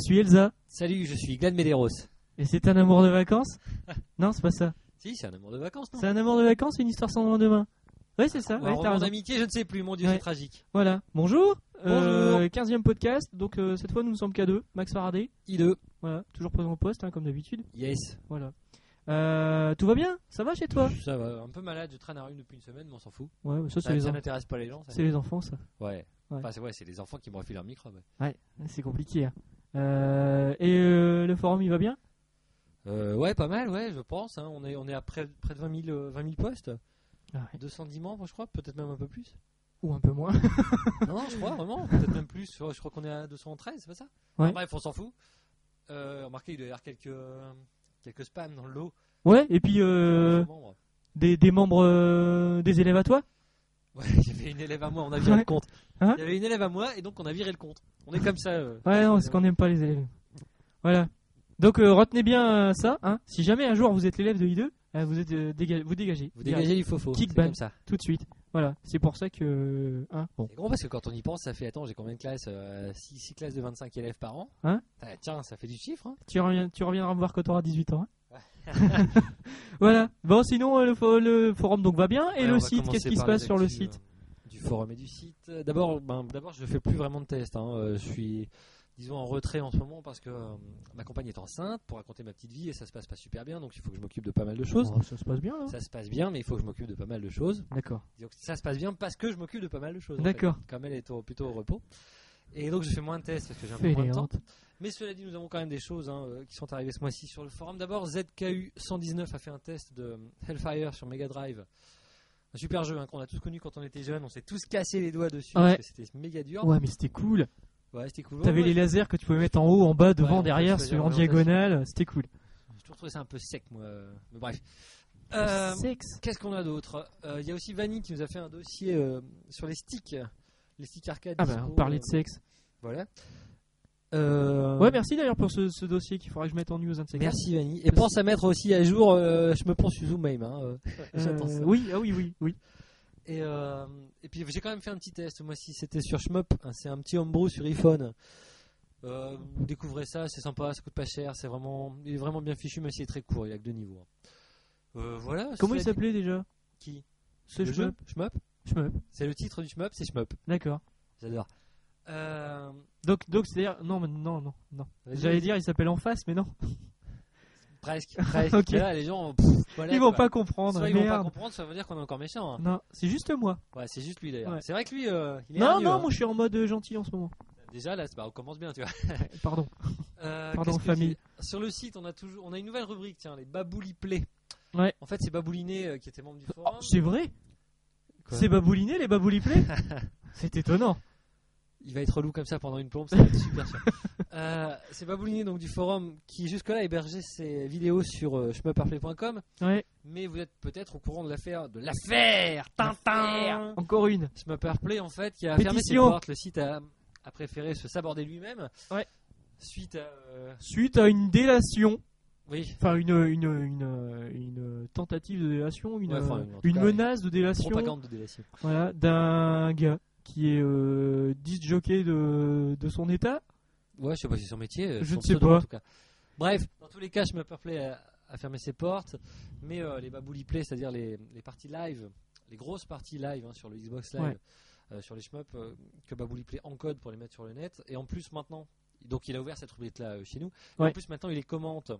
suis Elsa. Salut, je suis Glenn Medeiros. Et c'est un amour de vacances Non, c'est pas ça. Si, c'est un amour de vacances, non C'est un amour de vacances, une histoire sans lendemain. Ouais, c'est ça. Ou ouais, un t'as roman raison. d'amitié, je ne sais plus, mon dieu, Ouais. c'est tragique. Voilà. Bonjour. Bonjour. 15e podcast. Donc euh, cette fois, nous ne sommes qu'à deux. Max Faraday. I2. Voilà. Toujours présent au poste, hein, comme d'habitude. Yes. Voilà. Euh, tout va bien Ça va chez toi Ça va, un peu malade, je traîne à rhume depuis une semaine, mais on s'en fout. Ouais, mais ça, c'est Ça, les, ça en- n'intéresse pas les gens, ça. c'est les enfants, ça. Ouais. Ouais. Enfin, c'est ouais, c'est les enfants qui me refilent leur micro. C'est compliqué. hein. Euh, et euh, le forum, il va bien Euh, ouais, pas mal, ouais, je pense. hein. On, est, on est à près, près de 20 000, euh, 20 000 postes. Ah ouais. 210 membres, je crois, peut-être même un peu plus. Ou un peu moins non, non, je crois vraiment, peut-être même plus. Je crois- je crois qu'on est à 213, c'est pas ça Ouais. Enfin, Bref, on s'en fout. Euh, remarquez, il doit y avoir quelques, euh, quelques spams dans le lot. Ouais, et puis euh, Quelques membres. des, des membres, euh, des élèves à toi Ouais, il y avait une élève à moi, on a viré Ouais. le compte. Hein il y avait une élève à moi et donc on a viré le compte. On est comme ça. euh, Ouais, non, parce qu'on n'aime pas les élèves. Voilà. Donc euh, retenez bien euh, ça. Hein. Si jamais un jour vous êtes l'élève de I2, euh, vous, êtes, euh, déga- vous dégagez. Vous Direct. dégagez du faux faux. Kick C'est ban. comme ça. Tout de suite. Voilà. C'est pour ça que. euh, hein, bon. C'est gros parce que quand on y pense, ça fait attends, j'ai combien de classes 6, classes de 25 élèves par an. Hein Ah, tiens, ça fait du chiffre. hein. Tu, reviens, tu reviendras me voir quand tu auras 18 ans. hein. voilà. Bon, sinon, euh, le, fo- le forum donc va bien. Et Ouais, on le va site, commencer qu'est-ce qui se par les passe sur le actus, site euh, Du forum et du site. Euh, D'abord, ben, d'abord, je fais plus vraiment de tests. hein. Euh, Je suis, disons, en retrait en ce moment parce que euh, ma compagne est enceinte pour raconter ma petite vie et ça se passe pas super bien. Donc il faut que je m'occupe de pas mal de choses. Oh, Ça se passe bien, là. Ça se passe bien, mais il faut que je m'occupe de pas mal de choses. D'accord. Donc ça se passe bien parce que je m'occupe de pas mal de choses. en D'accord. fait. Comme elle est au- plutôt au repos. Et donc je fais moins de tests parce que j'ai un peu moins de temps. Fainéante. Mais cela dit, nous avons quand même des choses hein, euh, qui sont arrivées ce mois-ci sur le forum. D'abord, ZKU 119 a fait un test de euh, Hellfire sur Mega Drive. Un super jeu hein, qu'on a tous connu quand on était jeune. On s'est tous cassé les doigts dessus Ouais. parce que c'était méga dur. Ouais, mais c'était cool. Ouais, c'était cool. T'avais Ouais, les lasers que tu pouvais mettre en haut, en bas, devant, on peut derrière, choisir sur- en l'orientation. diagonale. C'était cool. J'ai toujours trouvé ça un peu sec, moi. euh, Mais bref. Euh, Sexe. Qu'est-ce qu'on a d'autre Euh, Il y a aussi Vanny qui nous a fait un dossier euh, sur les sticks. Les sticks arcade. Ah bah, dispo, on parlait euh, de sexe. Voilà. Euh, Ouais, merci d'ailleurs pour ce, ce dossier qu'il faudrait que je mette en news. un de ces quatre. Merci Vanny. Et pense à mettre aussi à jour euh, Je me pense sur Zoom même. hein, euh, j'attends Euh, ça. oui, ah oui, oui, oui. Et, euh, et puis j'ai quand même fait un petit test. Moi, si c'était sur Shmup, hein, c'est un petit homebrew sur iPhone. Euh, vous découvrez ça, c'est sympa, ça coûte pas cher. C'est vraiment, il est vraiment bien fichu, même s'il est très court. Il a que deux niveaux. hein. Euh, voilà. Comment il cela s'appelait déjà dit- Qui Ce jeu Le jeu Shmup Shmup. C'est le titre du Shmup, c'est Shmup. D'accord. J'adore. Euh, Donc, donc c'est-à-dire. Non, mais non, non, non. vas-y, J'allais vas-y. dire, il s'appelle En Face, mais non. presque, presque. Ok. Mais là, les gens, pff, voilà, Ils vont quoi. pas comprendre. Soit ils vont pas Merde. comprendre, soit ils vont dire qu'on est encore méchant. hein. Non, c'est juste moi. Ouais, c'est juste lui d'ailleurs. Ouais. C'est vrai que lui, euh, il est Non, hargneux, non, hein. moi je suis en mode euh, gentil en ce moment. Déjà là, c'est- bah, on commence bien, tu vois. Pardon. Euh, Pardon, qu'est-ce que famille. j'ai- Sur le site, on a toujours, on a une nouvelle rubrique, tiens, les Babouli Play. Ouais. En fait, c'est Babouliné euh, qui était membre du Oh, forum. c'est vrai Quoi C'est Babouliné, les Babouliplay C'est étonnant. Il va être relou comme ça pendant une plombe, ça va être super chiant. Euh, c'est Babouliné donc du forum qui jusque-là hébergeait ses vidéos sur euh, cheminparfait.com, Ouais, mais vous êtes peut-être au courant de l'affaire, de l'affaire Tintin. encore une. Je m'appelle Play en fait qui a fermé ses Pétition. portes. Le site a, a préféré se saborder lui-même. Ouais. Suite à euh, Suite à une délation, oui enfin une, une, une, une tentative de délation, une, euh, Ouais, enfin, en tout une cas, menace de délation. propagande de délation. Voilà, d'un gars qui est euh, disjockey de, de son état. Ouais, je sais pas si c'est son métier. euh, Je son ne sais pseudo, pas. En tout cas. Bref, dans tous les cas, je me purplais à, à fermer ses portes. Mais euh, les babouli play, c'est-à-dire les, les parties live, les grosses parties live hein, sur le Xbox Live, Ouais. euh, sur les shmups, euh, que babouli play encode pour les mettre sur le net. Et en plus, maintenant, donc il a ouvert cette rubrique-là euh, chez nous. Et Ouais. En plus, maintenant, il les commente.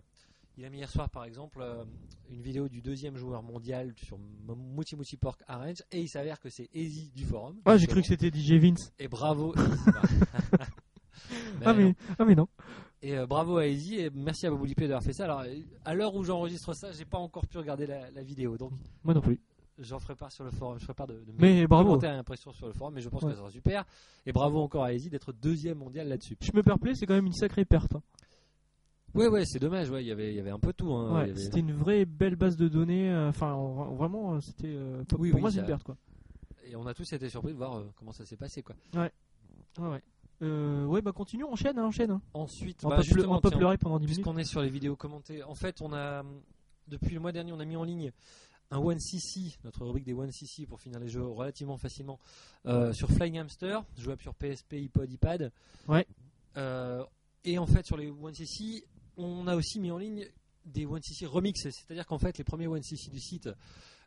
Il a mis hier soir, par exemple, euh, une vidéo du deuxième joueur mondial sur Mouti Mouti Pork Arrange. Et il s'avère que c'est Easy du forum. Ah, j'ai cru que c'était DJ Vince. Et bravo. Easy. Bah. ah, Ben non. mais, ah, mais non. Et euh, bravo à Easy et merci à Babouli Play d'avoir fait ça. Alors, euh, à l'heure où j'enregistre ça, j'ai pas encore pu regarder la, la vidéo, donc Moi non plus. j'en ferai part sur le forum. Je ferai part de, de mes Mais bravo. commentaires et impressions sur le forum, mais je pense Ouais. que ça sera super. Et bravo encore à Easy d'être deuxième mondial là-dessus. Je me perplais, c'est quand même une sacrée perte. hein. Ouais, ouais, c'est dommage. Ouais, il y avait, il y avait un peu tout. hein. Ouais, Il y avait- C'était une vraie belle base de données. euh, Enfin, en- vraiment, euh, c'était. euh, pour Oui, pour oui, moi, c'est ça- une perte, quoi. Et on a tous été surpris de voir euh, comment ça s'est passé, quoi. Ouais, ouais. Euh, ouais, bah continue, enchaîne, hein, enchaîne. hein. Ensuite, On bah, va peut, ple- justement, on peut tiens, pleurer pendant 10 minutes. Puisqu'on est sur les vidéos commentées, en fait, on a hum, depuis le mois dernier, on a mis en ligne un 1cc, notre rubrique des 1cc pour finir les jeux relativement facilement euh, sur Flying Hamster, jouable sur PSP, iPod, iPad. Ouais. Euh, Et en fait, sur les 1cc, on a aussi mis en ligne des 1cc remix, c'est-à-dire qu'en fait, les premiers 1cc du site,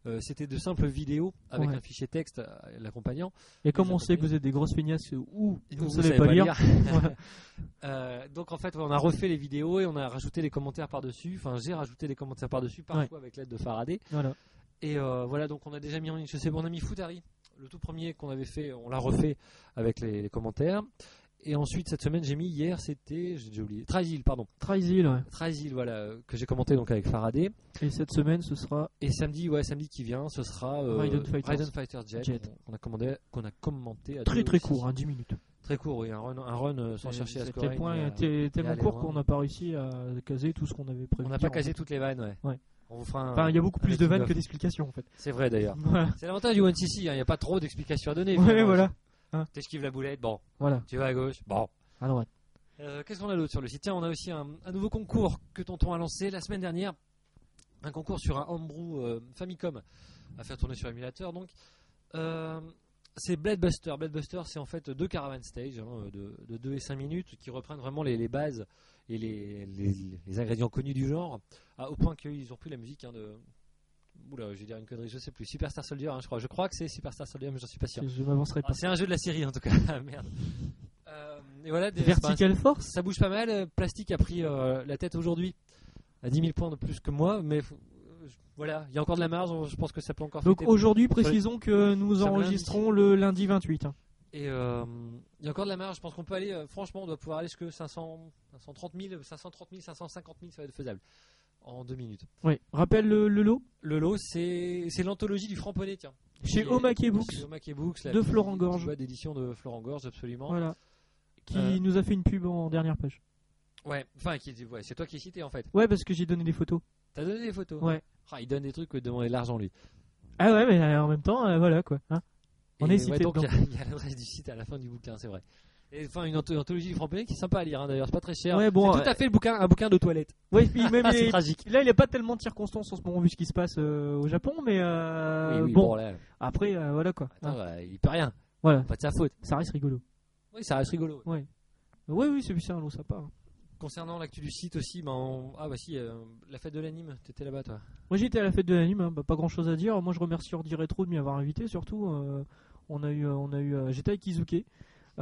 euh, c'était de simples vidéos avec Ouais. un fichier texte euh, l'accompagnant. Et comme Vous on sait que comprenez vous êtes des grosses feignasses ou vous ne Vous savez, savez pas pas lire, lire. Euh, donc en fait, on a refait les vidéos et on a rajouté des commentaires par-dessus. Enfin, j'ai rajouté des commentaires par-dessus, parfois avec l'aide de Faraday. voilà. Et euh, voilà, donc on a déjà mis en ligne chez mon ami Futari, le tout premier qu'on avait fait, on l'a refait avec les, les commentaires. Et ensuite, cette semaine, j'ai mis hier, c'était, j'ai déjà oublié, Trazil, pardon. Trysil, ouais. Trazil, voilà, euh, que j'ai commenté donc avec Faraday. Et cette semaine, ce sera Et samedi, ouais, samedi qui vient, ce sera euh, Raiden Fighters. Fighter Jet, Jet. qu'on- qu'on a commandé, qu'on a commenté à très deux très aussi. court, hein, 10 minutes. Très court, oui, un run, un run euh, sans chercher à C'est scorer. euh, quel point ni à- était tellement aller court loin. qu'on n'a pas réussi à caser tout ce qu'on avait prévu. On de n'a dire, pas en casé fait. toutes les vannes, ouais. Ouais. On vous fera un- Enfin, il y a beaucoup un plus de vannes making-of. que d'explications en fait. C'est vrai d'ailleurs. Voilà. C'est l'avantage du 1cc, hein, il n'y a pas trop d'explications à donner. Ouais, finalement. voilà. T'esquives la boulette, bon. Voilà. Tu vas à gauche, bon. À droite. Euh, Qu'est-ce qu'on a d'autre sur le site Tiens, on a aussi un, un nouveau concours que Tonton a lancé la semaine dernière. Un concours sur un Homebrew euh, Famicom à faire tourner sur émulateur. Donc, Euh, c'est Blade Buster. Blade Buster, c'est en fait deux caravan stages hein, de, de 2 et 5 minutes qui reprennent vraiment les, les bases et les, les- les ingrédients connus du genre, à- au point qu'ils ont pris la musique hein, de. Oula, je vais dire une connerie, je sais plus. Superstar Soldier, hein, je crois. Je crois que c'est Superstar Soldier, mais j'en suis pas sûr. Je m'avancerai Ah, pas. c'est un jeu de la série en tout cas. Ah, Merde. Euh, et voilà, des- bah, Vertical Force ça bouge pas mal. Euh, Plastique a pris euh, la tête aujourd'hui à 10 000 points de plus que moi, mais f- euh, je- voilà, il y a encore de la marge. on- Je pense que ça peut encore. Donc fêter. aujourd'hui, précisons que nous Sur le enregistrons le lundi 28. hein. Et euh, il y a encore de la marge. Je pense qu'on peut aller, euh, franchement, on doit pouvoir aller jusque 500, 530 000, 530 000, 550 000, ça va être faisable en deux minutes. Oui. Rappelle le, le lot Le lot, c'est c'est l'anthologie du Framponnet, tiens. chez Qui est- Omake chez Books. Omake Books, la de petite- Florent petite Gorge. boîte d'édition de Florent Gorge, absolument. Voilà. Qui Euh. nous a fait une pub en dernière page. Ouais, enfin, qui- ouais, c'est toi qui es cité en fait. Ouais, parce que j'ai donné des photos. T'as donné des photos. Ouais. Ah, il donne des trucs que demander de l'argent lui. Ah ouais, mais euh, en même temps, euh, voilà quoi. hein. On Et est cité ouais, donc il y dedans. a- il y a, l'adresse du site à la fin du bouquin, c'est vrai. Et enfin, une anth- anthologie du Framponnet qui est sympa à lire hein, d'ailleurs, c'est pas très cher. Ouais, bon, euh, c'est tout à fait le bouquin, un bouquin de toilette. Ah, Ouais, puis même c'est les- tragique. Là, il n'y a pas tellement de circonstances en ce moment vu ce qui se passe euh, au Japon, mais euh, oui, oui, bon, bon, là, après, euh, voilà quoi. attends, Hein. bah, il peut rien, Voilà, pas de sa faute. ça reste rigolo. Oui, ça reste rigolo. Oui, oui, c'est c'est un lot sympa. hein. Concernant l'actu du site aussi, ben, on- ah bah si, euh, la fête de l'anime, t'étais là-bas toi. Moi j'étais à la fête de l'anime, hein, bah, pas grand chose à dire. Moi je remercie Ordi Retro de m'y avoir invité surtout. euh, on a eu, euh, on a eu, euh, j'étais avec Izuke. euh,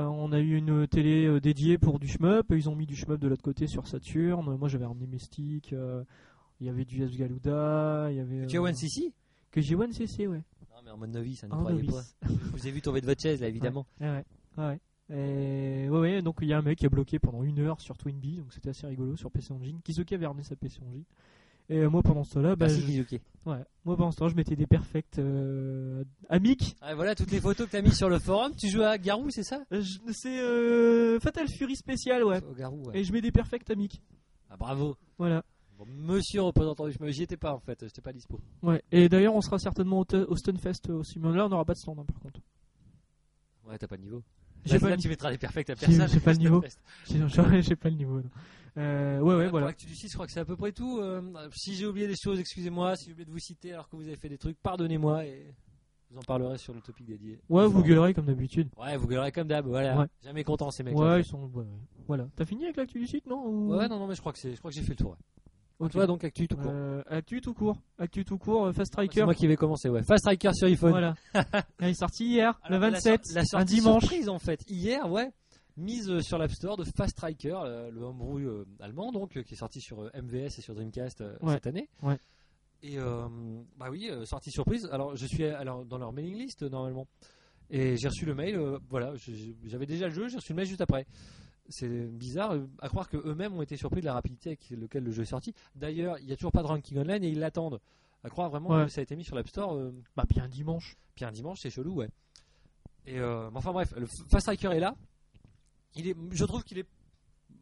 on a eu une télé euh, dédiée pour du shmup. et Ils ont mis du shmup de l'autre côté sur Saturne. Moi j'avais ramené mes sticks. euh, il y avait du Yes Galuda. Il y avait. Tu as euh, One CC Que j'ai One CC, ouais. Non, mais en mode novice, hein, ne En croyez pas. novice. Je vous ai vu tomber de votre chaise là, évidemment. Ah ouais. Ah ouais. Et ouais, ouais, donc il y a un mec qui a bloqué pendant une heure sur Twinbee, donc c'était assez rigolo sur PC Engine. Kizuki avait ramené sa PC Engine. Et euh, moi pendant ce temps-là, bah, Merci je- Kizuki. ouais, moi pendant ce temps, je mettais des perfects euh, à Mick. Ah, voilà toutes les photos que t'as mises sur le forum. Tu joues à Garou, c'est ça Euh, je- C'est euh, Fatal Fury spécial, ouais. Au Garou, ouais. Et je mets des perfects à Mick. Ah, bravo. Voilà. Bon, monsieur représentant du chemin, j'y étais pas en fait, j'étais pas dispo. Ouais. Et d'ailleurs, on sera certainement au, te- au Stunfest aussi, mais là, on n'aura pas de stand hein, par contre. Ouais, t'as pas de niveau. J'ai Là, pas, là, le- tu mettras les perfects à J'ai- personne. j'ai pas le niveau. Pour j'ai- j'ai- j'ai pas le niveau. non. Euh, ouais, ouais, voilà. l'actu du site, je crois que c'est à peu près tout. Euh, si j'ai oublié des choses, excusez-moi. Si j'ai oublié de vous citer alors que vous avez fait des trucs, pardonnez-moi et je vous en parlerai sur le topic dédié. Ouais, vous Enfin, gueulerez comme d'habitude. Ouais, vous gueulerez comme d'hab, voilà. Ouais. Jamais content ces mecs. Ouais, ils sont. ouais, ouais. Voilà. T'as fini avec l'actu du site, non ou- Ouais, non, non, mais je crois que c'est, je crois que j'ai fait le tour. ouais. Ok. Toi donc actu tout court. Ah, Euh, actu tout court, actu tout court, euh, Fast C'est Striker. moi qui Ah, vais commencer, ouais. Fast Striker sur iPhone. Voilà. Il est sorti hier, Alors, le la 27, sor- la un sortie dimanche. surprise en fait. Hier, ouais, mise euh, sur l'App Store de Fast Striker, euh, le homebrew euh, allemand donc euh, qui est sorti sur euh, MVS et sur Dreamcast euh, Ouais. cette année. Ouais. Et euh, bah oui, euh, sortie surprise. Alors je suis euh, alors dans leur mailing list euh, normalement. Et j'ai reçu le mail, euh, voilà, je- je- j'avais déjà le jeu, j'ai reçu le mail juste après. C'est bizarre, euh, à croire que eux-mêmes ont été surpris de la rapidité avec laquelle le jeu est sorti. D'ailleurs, il n'y a toujours pas de ranking online et ils l'attendent. À croire vraiment Ouais. que ça a été mis sur l'App Store euh, Bah, puis un dimanche. puis un dimanche, c'est chelou, ouais. Et euh, mais enfin bref, le F- Fast Striker est là. Il est, je trouve qu'il est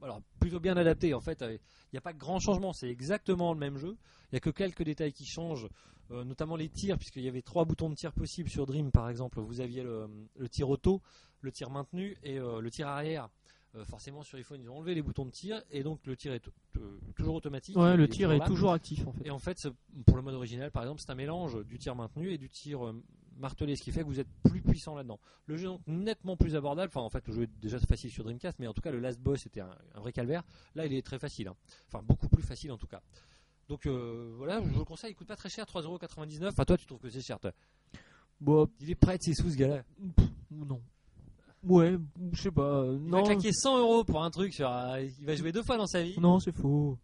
alors, plutôt bien adapté en fait. Euh, Il n'y a pas de grand changement, c'est exactement le même jeu. Il n'y a que quelques détails qui changent, euh, notamment les tirs, puisqu'il y avait trois boutons de tir possibles sur Dream par exemple. Vous aviez le, le tir auto, le tir maintenu et euh, le tir arrière. Euh, forcément sur iPhone ils ont enlevé les boutons de tir et donc le tir est t- t- toujours automatique. Ouais, Il le tir est là. toujours actif en fait. Et en fait, ce- pour le mode original, par exemple, c'est un mélange du tir maintenu et du tir euh, martelé, ce qui fait que vous êtes plus puissant là-dedans. Le jeu est donc nettement plus abordable. Enfin, en fait, le jeu est déjà facile sur Dreamcast, mais en tout cas, le last boss était un, un vrai calvaire. Là, il est très facile. hein. Enfin, beaucoup plus facile en tout cas. Donc euh, voilà, je vous le conseille, il coûte pas très cher, 3,99€. Enfin, toi, tu trouves que c'est cher, toi. Bon, Il est prêt de ses sous, ce gars-là. pff, non. Ouais, je sais pas. euh, Il non, va claquer 100€ pour un truc, sur, euh, il va jouer deux fois dans sa vie. non, c'est faux.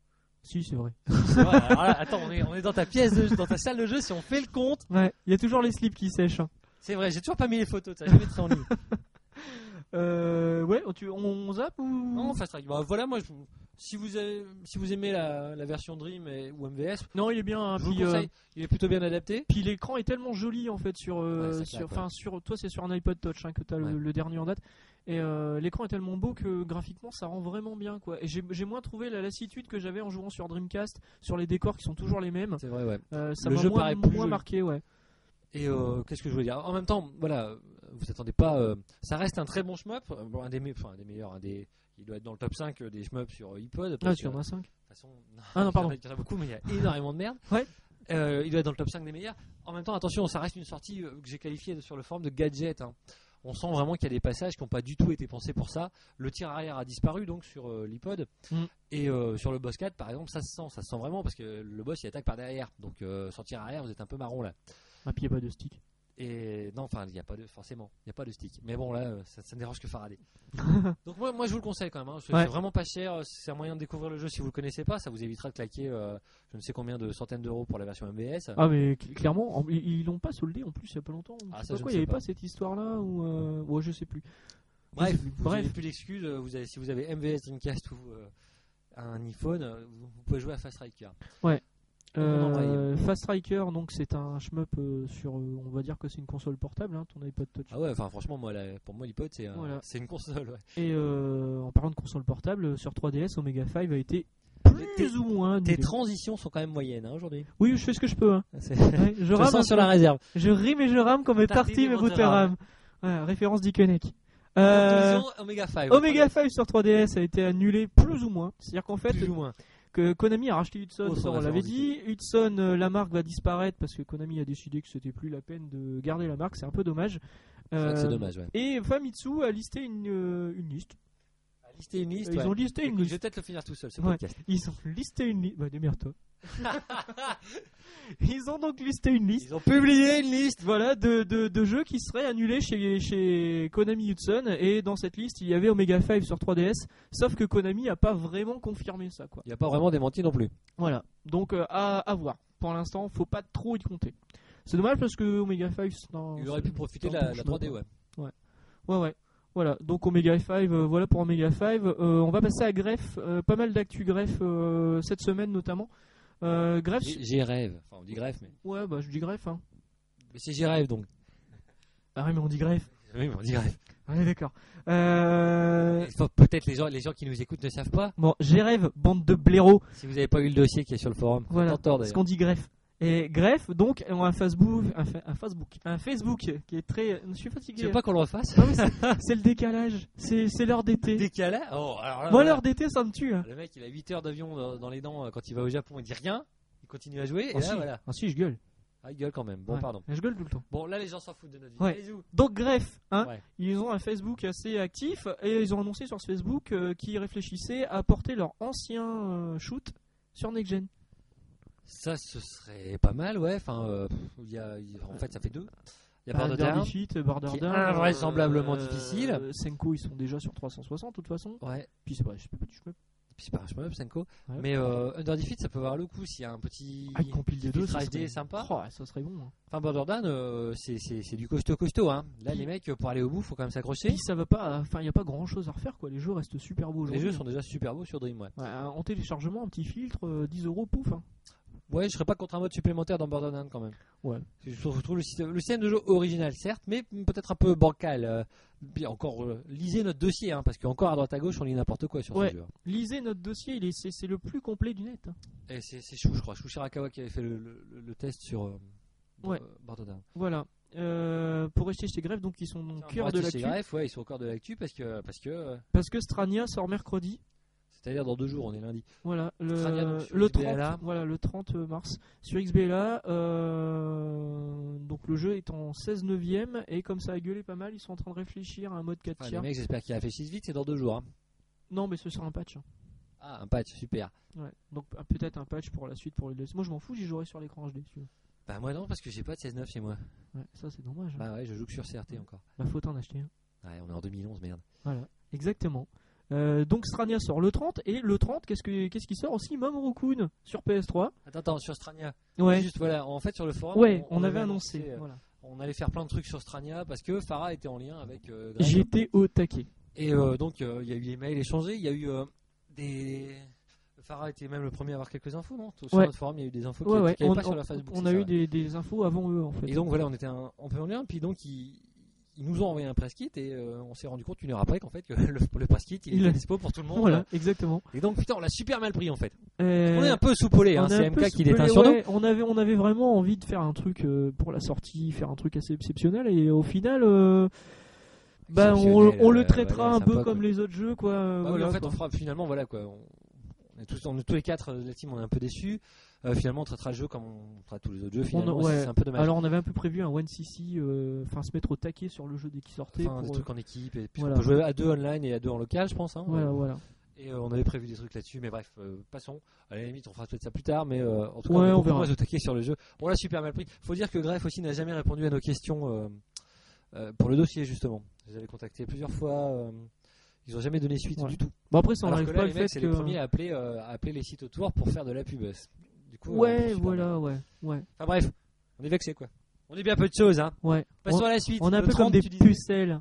Si, c'est vrai. C'est vrai, alors là, attends, on est, on est dans ta pièce, de- dans ta salle de jeu, si on fait le compte. Ouais, il y a toujours les slips qui sèchent. hein. C'est vrai, j'ai toujours pas mis les photos, ça, je mettrai en ligne. Euh, ouais, tu, on zappe ou Non, Fast Track. Bah, voilà, moi, je- si, vous avez- si vous aimez la, la version Dream et- ou MVS, Non, il est bien. hein, je vous puis, le euh, conseille. Il est plutôt bien adapté. puis l'écran est tellement joli en fait sur, euh, Ouais, ça sur, claque, enfin sur, toi c'est sur un iPod Touch hein, que t'as le, Ouais. le dernier en date. Et euh, l'écran est tellement beau que graphiquement ça rend vraiment bien quoi. Et j'ai j'ai moins trouvé la lassitude que j'avais en jouant sur Dreamcast sur les décors qui sont toujours les mêmes. C'est vrai, ouais. Euh, ça Le m'a jeu moins, paraît plus moins joli. Ah, marqué ouais. Et euh, qu'est-ce que je voulais dire En même temps, voilà, euh, vous attendez pas. euh, ça reste un très bon shmup, euh, bon, un, des me- enfin, un des meilleurs, un des. Il doit être dans le top 5 des shmups sur iPod. Ah parce tu que, en as 5 de toute façon, Ah non, pardon. Il y en a- il y en a beaucoup, mais il y a énormément de merde. Ouais. Euh, il doit être dans le top 5 des meilleurs. En même temps, attention, ça reste une sortie euh, que j'ai qualifiée de- sur le forum de gadget. hein. On sent vraiment qu'il y a des passages qui n'ont pas du tout été pensés pour ça. Le tir arrière a disparu donc sur euh, l'iPod. Mm. Et euh, sur le boss 4, par exemple, ça se sent. Ça se sent vraiment parce que le boss il attaque par derrière. Donc euh, sur tir arrière, vous êtes un peu marron là. Ah puis y a pas de stick. Et non, enfin, il n'y a pas de, forcément, il n'y a pas de stick. Mais bon, là, euh, ça, ça ne dérange que Faraday. Donc, moi, moi, je vous le conseille quand même. hein. C'est Ouais. c'est vraiment pas cher. euh, C'est un moyen de découvrir le jeu si vous le connaissez pas. Ça vous évitera de claquer euh, je ne sais combien de centaines d'euros pour la version MVS. Ah mais cl- clairement en- ils ils l'ont pas soldé en plus il y a pas longtemps. Ah, Je sais ça, pas je quoi, il y ne sais avait pas. pas cette histoire là ou euh, ouais je sais plus. Bref, je- vous bref. n'avez plus d'excuses. euh, Vous avez, si vous avez MVS, Dreamcast ou euh, un iPhone, euh, vous, vous pouvez jouer à Fast Striker. Euh, Fast Striker, donc c'est un shmup euh, sur, euh, on va dire que c'est une console portable, hein, ton iPod Touch. Ah ouais, enfin, franchement, moi, la- pour moi, l'iPod, c'est un- Voilà. c'est une console. ouais. Et euh, en parlant de console portable, euh, sur 3DS, Omega 5 a été Tes- plus ou moins. Tes annulé. transitions sont quand même moyennes hein, aujourd'hui. Oui, je fais ce que je peux. hein. C'est- Ouais, je Je rame, un sens sur peu. la réserve. je rime et je rame comme mes Tartine tartines et et vous te Rotterdam. rame. Voilà, référence d'Ikenek. Euh, Conclusion, Omega 5. Omega 5 sur 3DS a été annulé plus ou moins. C'est-à-dire qu'en fait, plus ou moins. que Konami a racheté Hudson, Oh, ça, son on l'avait référence dit. Hudson, euh, la marque va disparaître parce que Konami a décidé que c'était plus la peine de garder la marque, c'est un peu dommage. C'est vrai que C'est Euh, dommage, ouais. Et Famitsu a listé une, euh, une liste. Lister une liste. euh, Ils ouais. ont listé une Écoute, Je liste. vais peut-être le finir tout seul, ce Ouais. podcast. Ils ont listé une liste. Bah, démerde-toi. Ils ont donc listé une liste. Ils ont publié une liste. Voilà, de, de, de jeux qui seraient annulés chez, chez Konami Hudson. Et dans cette liste, il y avait Omega 5 sur 3DS. Sauf que Konami a pas vraiment confirmé ça, quoi. Il n'y a pas vraiment démenti non plus. Voilà. Donc euh, à, à voir. Pour l'instant, faut pas trop y compter. C'est dommage parce que Omega 5 c'est un- Il aurait pu c'est- profiter de c'est un hein. la, bon la chemin, 3D, quoi. ouais. Ouais ouais. Voilà, donc Omega 5 euh, voilà pour Omega 5. Euh, on va passer à greffe, Euh, pas mal d'actu greffe euh, cette semaine notamment. Euh, greffe, J'ai- J'y rêve. Enfin, on dit greffe, mais. ouais, bah je dis greffe hein. Mais c'est j'y rêve donc. Ah oui, mais on dit greffe. Oui, mais on dit greffe. Ouais, d'accord. Euh, Enfin, Peut-être les gens, les gens qui nous écoutent ne savent pas. bon, j'ai rêve, bande de blaireaux. Si vous n'avez pas eu le dossier qui est sur le forum, faites Voilà. en tort Parce d'ailleurs. qu'on dit greffe. Et greffe, donc, on a un Facebook, un, fa- un Facebook, un Facebook qui est très. Je suis Tu fatigué. veux pas qu'on le refasse Non, mais c'est- c'est le décalage. C'est c'est l'heure d'été. Décalé Oh, alors là, Moi, voilà. l'heure d'été, ça me tue. hein. Le mec, il a 8 heures d'avion dans- dans les dents euh, quand il va au Japon, il dit rien. Il continue à jouer. Et Ah, là, si. voilà. Ah, si, je gueule. Ah, il gueule quand même. Bon, Ouais. pardon. Je gueule tout le temps. Bon, là, les gens s'en foutent de notre vie. Ouais. Allez-y. Donc, greffe, hein, Ouais. ils ont un Facebook assez actif et ils ont annoncé sur ce Facebook euh, qu'ils réfléchissaient à porter leur ancien euh, shoot sur Next Gen. Ça, ce serait pas mal, ouais. Enfin, euh, pff, il y a, il- en fait, ça fait deux. Il y a Border Border Down. Defeat, Border qui est Down, euh, invraisemblablement difficile. Senko, ils sont déjà sur 360 de toute façon. Ouais. Puis c'est pas, je sais pas du chemin. Puis c'est pas un shmup, Senko. Ouais. Mais euh, Under Defeat, ça peut avoir le coup s'il y a un petit. Ah, compile des deux, ça filtrage serait... D sympa. Oh, ouais, ça serait bon. hein. Enfin, Border Down, euh, c'est c'est- c'est du costaud costaud. Hein. Là, les mecs, pour aller au bout, faut quand même s'accrocher. Puis ça va pas, enfin il y a pas grand chose à refaire quoi. Les jeux restent super beaux Les aujourd'hui. jeux sont déjà super beaux sur Dream, ouais. Ouais, en téléchargement, un petit filtre, euh, 10 euros, pouf. hein. Ouais, je serais pas contre un mode supplémentaire dans Border Down quand même. Ouais. Parce que Je trouve, je trouve le, système, le système de jeu original, certes, mais peut-être un peu bancal. euh, puis encore, euh, lisez notre dossier, hein, parce qu'encore à droite à gauche, on lit n'importe quoi sur Ouais. ce jeu. Lisez notre dossier, il est- c'est c'est le plus complet du net. hein. Et c'est c'est Chou, je crois. Chou Shirakawa qui avait fait le, le- le- le test sur euh, Ouais. euh, Border Down. Voilà. Euh, pour rester chez Greffe, donc ils sont au Tiens, cœur pour de rester chez l'actu. Grefg, ouais, ils sont au cœur de l'actu parce que. Parce que euh, Parce que Strania sort mercredi. C'est-à-dire dans deux jours, on est lundi. Voilà, le, Crania, donc, sur le 30, XBLA. voilà, le 30 mars sur XBLA. euh, donc le jeu est en 16 neuvième et comme ça a gueulé pas mal, ils sont en train de réfléchir à un mode 4 Enfin, Ah, les tiers. mecs, j'espère qu'ils réfléchissent vite, c'est dans deux jours. hein. Non, mais ce sera un patch. hein. Ah, un patch, super. Ouais. Donc euh, peut-être un patch pour la suite pour les DLC. Moi je m'en fous, j'y jouerai sur l'écran HD. si tu veux. Bah, moi non, parce que j'ai pas de 16-9 chez moi. Ouais, ça c'est dommage. hein. Bah, ouais, je joue que sur CRT encore. La faute en acheter. un. Ouais, on est en 2011, merde. Voilà, exactement. Euh, donc Strania sort le 30 et le 30, qu'est-ce que qu'est-ce qui sort aussi Mamoru Kun sur PS3. Attends, attends, sur Strania. Ouais. Juste, voilà, en fait, sur le forum. Ouais, on, avait annoncé. euh, voilà. on allait faire plein de trucs sur Strania parce que Farah était en lien avec euh, Greg. J'étais au taquet. Et euh, donc, euh, il y a eu les mails échangés, il y a eu euh, des. Farah était même le premier à avoir quelques infos, non Sur Ouais. notre forum, il y a eu des infos qui Ouais, ouais. n'étaient On, pas sur on- la Facebook. on c'est a ça, eu ouais. des, des infos avant eux en fait. Et donc, voilà, on était un, un peu en lien, puis donc, ils, ils nous ont envoyé un press kit et euh, on s'est rendu compte une heure après qu'en fait, que le, le press kit, il, Il- était dispo pour tout le monde. voilà, exactement. Et donc, putain, on l'a super mal pris en fait. Euh, on est un peu soupolé, on hein, est c'est un peu MK qui sous- déteint sur nous. ouais, on avait on avait vraiment envie de faire un truc euh, pour la sortie, faire un truc assez exceptionnel et au final euh, bah, on, Exceptionnel, on le euh, traitera ouais, un peu sympa, comme quoi. les autres jeux quoi. euh, Bah oui, voilà, en fait, quoi. on fera finalement, voilà quoi. On, on est tous, on est tous les quatre, euh, la team, on est un peu déçus. Euh, finalement, on traitera le jeu comme on traite tous les autres jeux. Finalement, ouais. c'est un peu dommage. Alors on avait un peu prévu un 1cc euh, enfin se mettre au taquet sur le jeu dès qu'il sortait Enfin, des pour, euh, trucs en équipe, et puis voilà. on peut jouer à deux online et à deux en local, je pense. hein. voilà voilà. Et euh, on avait prévu des trucs là-dessus, mais bref, euh, passons. À la limite, on fera peut-être ça plus tard, mais euh, en tout cas, Ouais, on on, est beaucoup verra. moins au taquet sur le jeu. On l'a super mal pris. Faut dire que Greff aussi n'a jamais répondu à nos questions euh, euh, pour le dossier, justement. Je les avais contactés plusieurs fois, euh, ils ont jamais donné suite Ouais. du tout. Bon après ça Alors n'enlève que là, pas les le mecs, fait c'est que les premiers à appeler, euh, à appeler les sites autour pour faire de la pub. Du coup, euh, on est ouais super mal. voilà ouais ouais Enfin bref, on est vexé quoi. On dit bien peu de choses, hein. ouais. Passons on, à la suite. on est un Le peu 30, comme des tu disais. pucelles.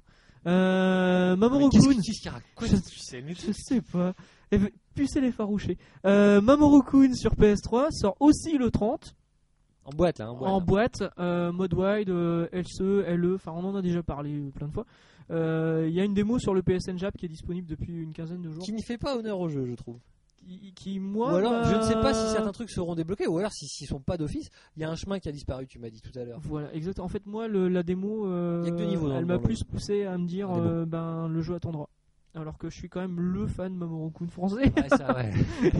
Euh, Mamoru Mais qu'est-ce que- Kun, qu'est-ce qu'il raconte, Je- tu sais, mais- je sais pas. Eh ben, Pucelles effarouchées. Euh, Mamoru Kun sur PS3 sort aussi le 30 En boîte là, en boîte. en là. boîte, euh, mode wide, euh, LCE, LE, enfin on en a déjà parlé euh, plein de fois. Euh, Il y a une démo sur le PSN Jap qui est disponible depuis une quinzaine de jours. Qui n'y fait pas honneur au jeu, je trouve. Qui, qui, moi, ou alors, je ne sais pas si Oh bah, certains trucs seront débloqués, ou alors si- s'ils sont pas d'office, il y a un chemin qui a disparu, tu m'as dit tout à l'heure. Voilà, exact. En fait, moi, le- la démo, euh, Il y a que deux niveaux dans elle le- m'a dans le- plus poussé à me dire, dans la démo. euh, ben, le jeu attendra. Alors que je suis quand même le fan Mamoru Kun français. Ouais, ça, ouais.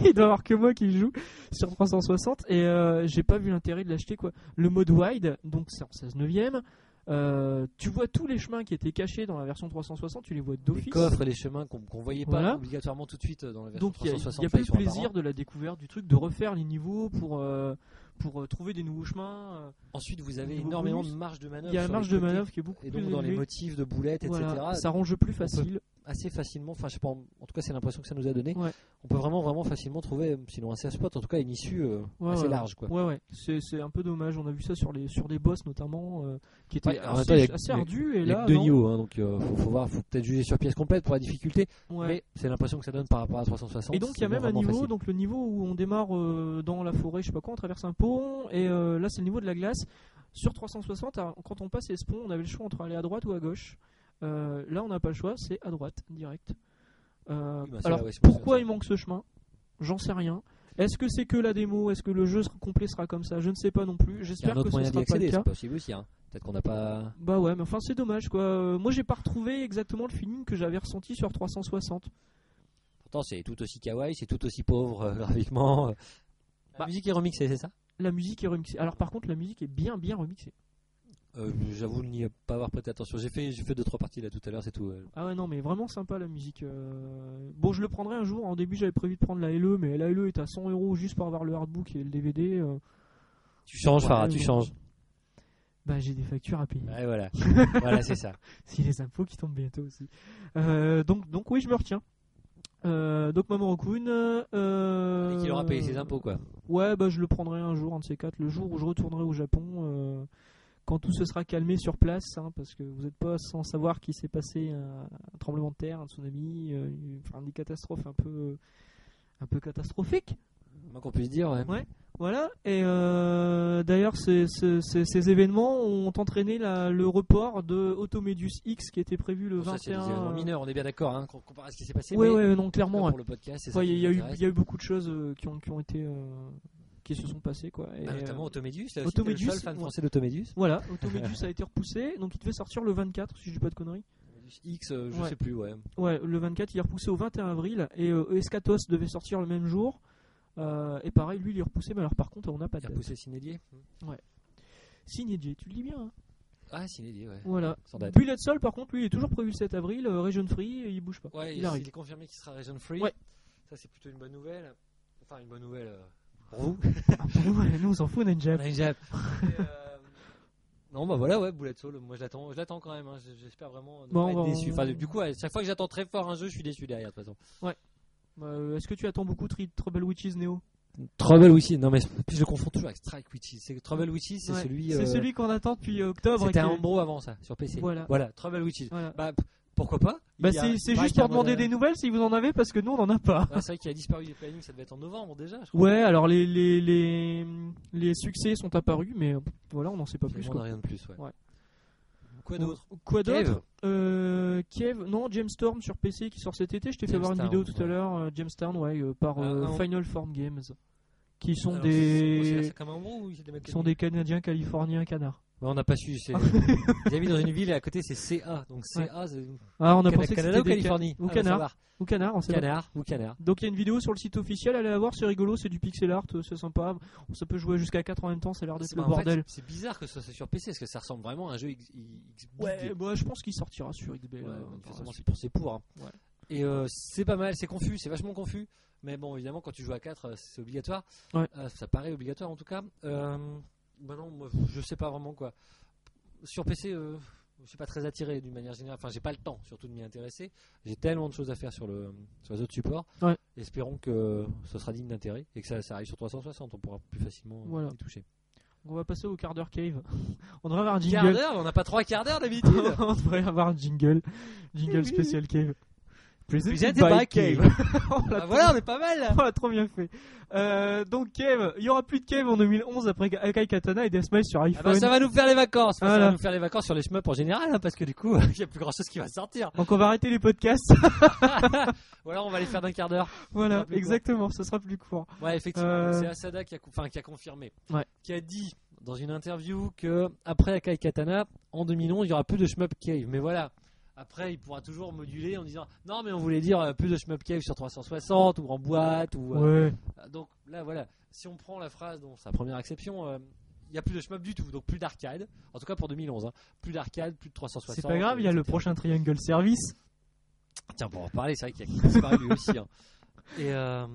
Il doit y avoir que moi qui le joue sur 360 et euh, j'ai pas vu l'intérêt de l'acheter quoi. Le mode wide, donc c'est en 16 neuvième. euh, tu vois tous les chemins qui étaient cachés dans la version 360, tu les vois Les d'office. coffres et les chemins qu'on qu'on voyait pas Voilà. obligatoirement tout de suite euh, dans la version Donc il y a, il 360. y a là, plus ils le sont plaisir apparents. de la découverte du truc, de refaire les niveaux pour euh, pour euh, trouver des nouveaux chemins. euh, Ensuite, vous avez Nouveau énormément bonus. de marge de manœuvre. Il y a la sur marge les de côtés, manœuvre qui est beaucoup Et plus donc, dans les élevée. motifs de boulettes, Voilà, etc., ça rend le jeu plus facile. assez facilement, enfin, je sais pas, en en tout cas, c'est l'impression que ça nous a donné. Ouais. On peut vraiment, vraiment facilement trouver, euh, sinon un safe spot, en tout cas, une issue euh, Ouais, assez ouais. large, quoi. Ouais, ouais, c'est c'est un peu dommage. On a vu ça sur, les, sur des boss notamment euh, qui étaient Ouais, en même assez, temps, il y a- assez il y a- ardus. Et Il y a là, que deux non. niveaux, hein, donc euh, faut, faut voir, faut peut-être juger sur pièce complète pour la difficulté, Ouais. mais c'est l'impression que ça donne par rapport à 360. Et donc il y a c'est même un vraiment niveau, facile. donc le niveau où on démarre euh, dans la forêt, je sais pas quoi, on traverse un pont, et euh, là c'est le niveau de la glace. Sur 360, à- quand on passait ce pont, on avait le choix entre aller à droite ou à gauche. Euh, là on n'a pas le choix, c'est à droite, direct. Euh, Oui, bah, c'est alors là, ouais, c'est pour pourquoi ça. il manque ce chemin J'en sais rien. Est-ce que c'est que la démo Est-ce que le jeu sera- complet sera comme ça Je ne sais pas non plus. Il y a J'espère un que autre ce moyen d'y sera pas le accéder, cas. c'est possible aussi. Hein. Peut-être qu'on n'a pas. Bah ouais, mais enfin c'est dommage quoi. Euh, Moi j'ai pas retrouvé exactement le feeling que j'avais ressenti sur 360. Pourtant, c'est tout aussi kawaii, c'est tout aussi pauvre euh, graphiquement. La Bah. musique est remixée, c'est ça La musique est remixée. Alors par contre la musique est bien bien remixée. euh, J'avoue n'y pas avoir prêté attention. J'ai fait, j'ai fait deux trois parties là tout à l'heure, c'est tout. euh. Ah ouais, non, mais vraiment sympa la musique. Euh, Bon, je le prendrai un jour. En début, j'avais prévu de prendre la LE, mais la LE est à 100 euros juste pour avoir le hardbook et le DVD. euh, Tu changes, Ouais, Farah, tu ouais. changes. Bah, j'ai des factures à payer. Ouais, voilà, voilà, c'est ça. Si les impôts qui tombent bientôt aussi. Euh, donc, donc, oui, je me retiens. Euh, donc, Maman Kun. Euh... Et qu'il aura payé ses impôts, quoi. Ouais, bah, je le prendrai un jour, un de ces quatre. Le jour où je retournerai au Japon. euh, Quand tout se sera calmé sur place, hein, parce que vous n'êtes pas sans savoir qu'il s'est passé un, un tremblement de terre, un tsunami, euh, une- enfin, des catastrophes un peu, un peu catastrophiques. Moi qu'on puisse dire, ouais. Ouais. Voilà, et euh, d'ailleurs, ces, ces- ces- ces événements ont entraîné la- le report de Automédus X qui était prévu le Bon, ça, c'est des 21. événements mineurs, on est bien d'accord, hein, com- comparé à ce qui s'est passé. ouais, mais ouais, non, Pour clairement. ouais. le podcast, c'est Ouais, ça. Il qui y, a nous eu- intéresse. il y a eu beaucoup de choses euh, qui, ont, qui ont été. euh, qui se sont passées, quoi. Et, Bah, notamment euh, Automédus, là aussi, t'es Automédus, le seul fan ouais. français d'Automédus. voilà, Automédus a été repoussé, donc il devait sortir le 24, si je dis pas de conneries. X, euh, je Ouais. sais plus, ouais. Ouais, le 24, il est repoussé au 21 avril et euh, Escatos devait sortir le même jour. Euh, et pareil, lui, il est repoussé, mais alors par contre, on n'a pas de Il a date. repoussé Cinélier. Signé J, tu le dis bien. hein. Ah, Cinélier, ouais. Voilà. Sans date. Bullet Sol, par contre, lui, il est toujours prévu le 7 avril, euh, Region Free, et il bouge pas. Ouais, il il, arrive. il est confirmé qu'il sera Region Free. Ouais. Ça, c'est plutôt une bonne nouvelle. Enfin, une bonne nouvelle euh, pour vous. Ah, pour nous, ouais, nous, on s'en fout, on a une On jab. a une jappe. Et, euh, Non, bah voilà, ouais, Bullet Soul. Moi, je l'attends, je l'attends quand même. hein. J- J'espère vraiment ne Bon, pas on être va- déçu. Enfin, du coup, à chaque fois que j'attends très fort un jeu, je suis déçu derrière, de toute façon. Euh, Est-ce que tu attends beaucoup Tri- Trouble Witches Neo Trouble Witches. Non, mais je le confonds toujours avec Strike Witches. C'est Trouble Witches, c'est Ouais, celui. C'est euh, celui qu'on attend depuis octobre. C'était et un qui- Umbro avant ça, sur PC. Voilà. Trouble Witches. Voilà. Bah, p- pourquoi pas Bah, Il y a- c'est c'est il paraît juste qu'il y a pour demander un- des nouvelles si vous en avez, parce que nous, on en a pas. Ah, c'est vrai qu'il a disparu des plannings, ça devait être en novembre déjà. Je crois. Ouais, alors les, les, les, les succès sont apparus, mais euh, voilà, on n'en sait pas plus. Finalement, on Quoi, a rien de plus, ouais. Ouais. Quoi d'autre Quoi Cave. d'autre Euh, Kiev, non, Jamestorm sur PC qui sort cet été. Je t'ai fait voir une Jamestown, vidéo tout ouais. à l'heure, euh, Jamestown, ouais, euh, par euh, Ah, non. Final Form Games, qui sont Alors, c'est- c'est- des C'est comme un Umbro ou ils les mettent qui sont des Canadiens, Californiens, canards. Ouais, Bah, on n'a pas su. c'est- Ils habitent dans une ville et à côté c'est CA. Donc Ouais. CA, c'est Ah, on a Cana- pensé que Canada c'était des ou ca- Californie ou Ah, bah, ça Canard. va. ou canards, on sait pas. Canard ou Canard. Donc il y a une vidéo sur le site officiel, allez la voir, c'est rigolo, c'est du pixel art, euh, c'est sympa. Ça peut jouer jusqu'à 4 en même temps, ça a l'air d'être C'est- le bah, en fait, bordel. C'est bizarre que ce soit sur PC parce que ça ressemble vraiment à un jeu X. X- Ouais, bah, je pense qu'il sortira sur XB. Ouais, là, donc, par la forcément, c'est suite. pour ses pour. hein. Ouais. Et euh, c'est pas mal, c'est confus, c'est vachement confus. Mais bon, évidemment, quand tu joues à 4, c'est obligatoire. Ouais. Euh, ça paraît obligatoire en tout cas. Euh, bah non, moi, je sais pas vraiment quoi. Sur PC, euh, je suis pas très attiré d'une manière générale. Enfin, j'ai pas le temps surtout de m'y intéresser. J'ai tellement de choses à faire sur, le, sur les autres supports. Ouais. Espérons que ce sera digne d'intérêt et que ça, ça arrive sur 360. On pourra plus facilement euh, Voilà. y toucher. On va passer au quart d'heure cave. on devrait avoir un Quart jingle. d'heure, on n'a pas trois quarts d'heure d'habitude. on devrait avoir un jingle. Jingle spécial cave. Presented by on l'a Bah voilà, on est pas mal. là. on l'a trop bien fait. Euh, donc cave, il y aura plus de cave en 2011 après Akai Katana et Deathmatch sur Ah iPhone. bah, ça va nous faire les vacances. Enfin, Ça Voilà. va nous faire les vacances sur les shmups en général, hein, parce que du coup, il n'y a plus grand chose qui va sortir. Donc on va arrêter les podcasts. Ou alors on va les faire d'un quart d'heure. voilà, Plus court. exactement, ce sera plus court. Ouais, effectivement, Euh. c'est Asada qui a, co- enfin, qui a confirmé, Ouais. qui a dit dans une interview que après Akai Katana, en 2011, il y aura plus de shmup cave. Mais voilà. Après, il pourra toujours moduler en disant non, mais on voulait dire euh, plus de shmup cave sur 360 ou en boîte ou. euh, Ouais. Ah, Donc là, voilà, si on prend la phrase dans sa première exception, euh, il n'y a plus de shmup du tout, donc plus d'arcade, en tout cas pour 2011, hein. plus d'arcade, plus de 360. C'est pas grave, il y a le etc. prochain Triangle Service. Tiens, pour en reparler, c'est vrai qu'il y a disparu lui aussi. hein. Et euh,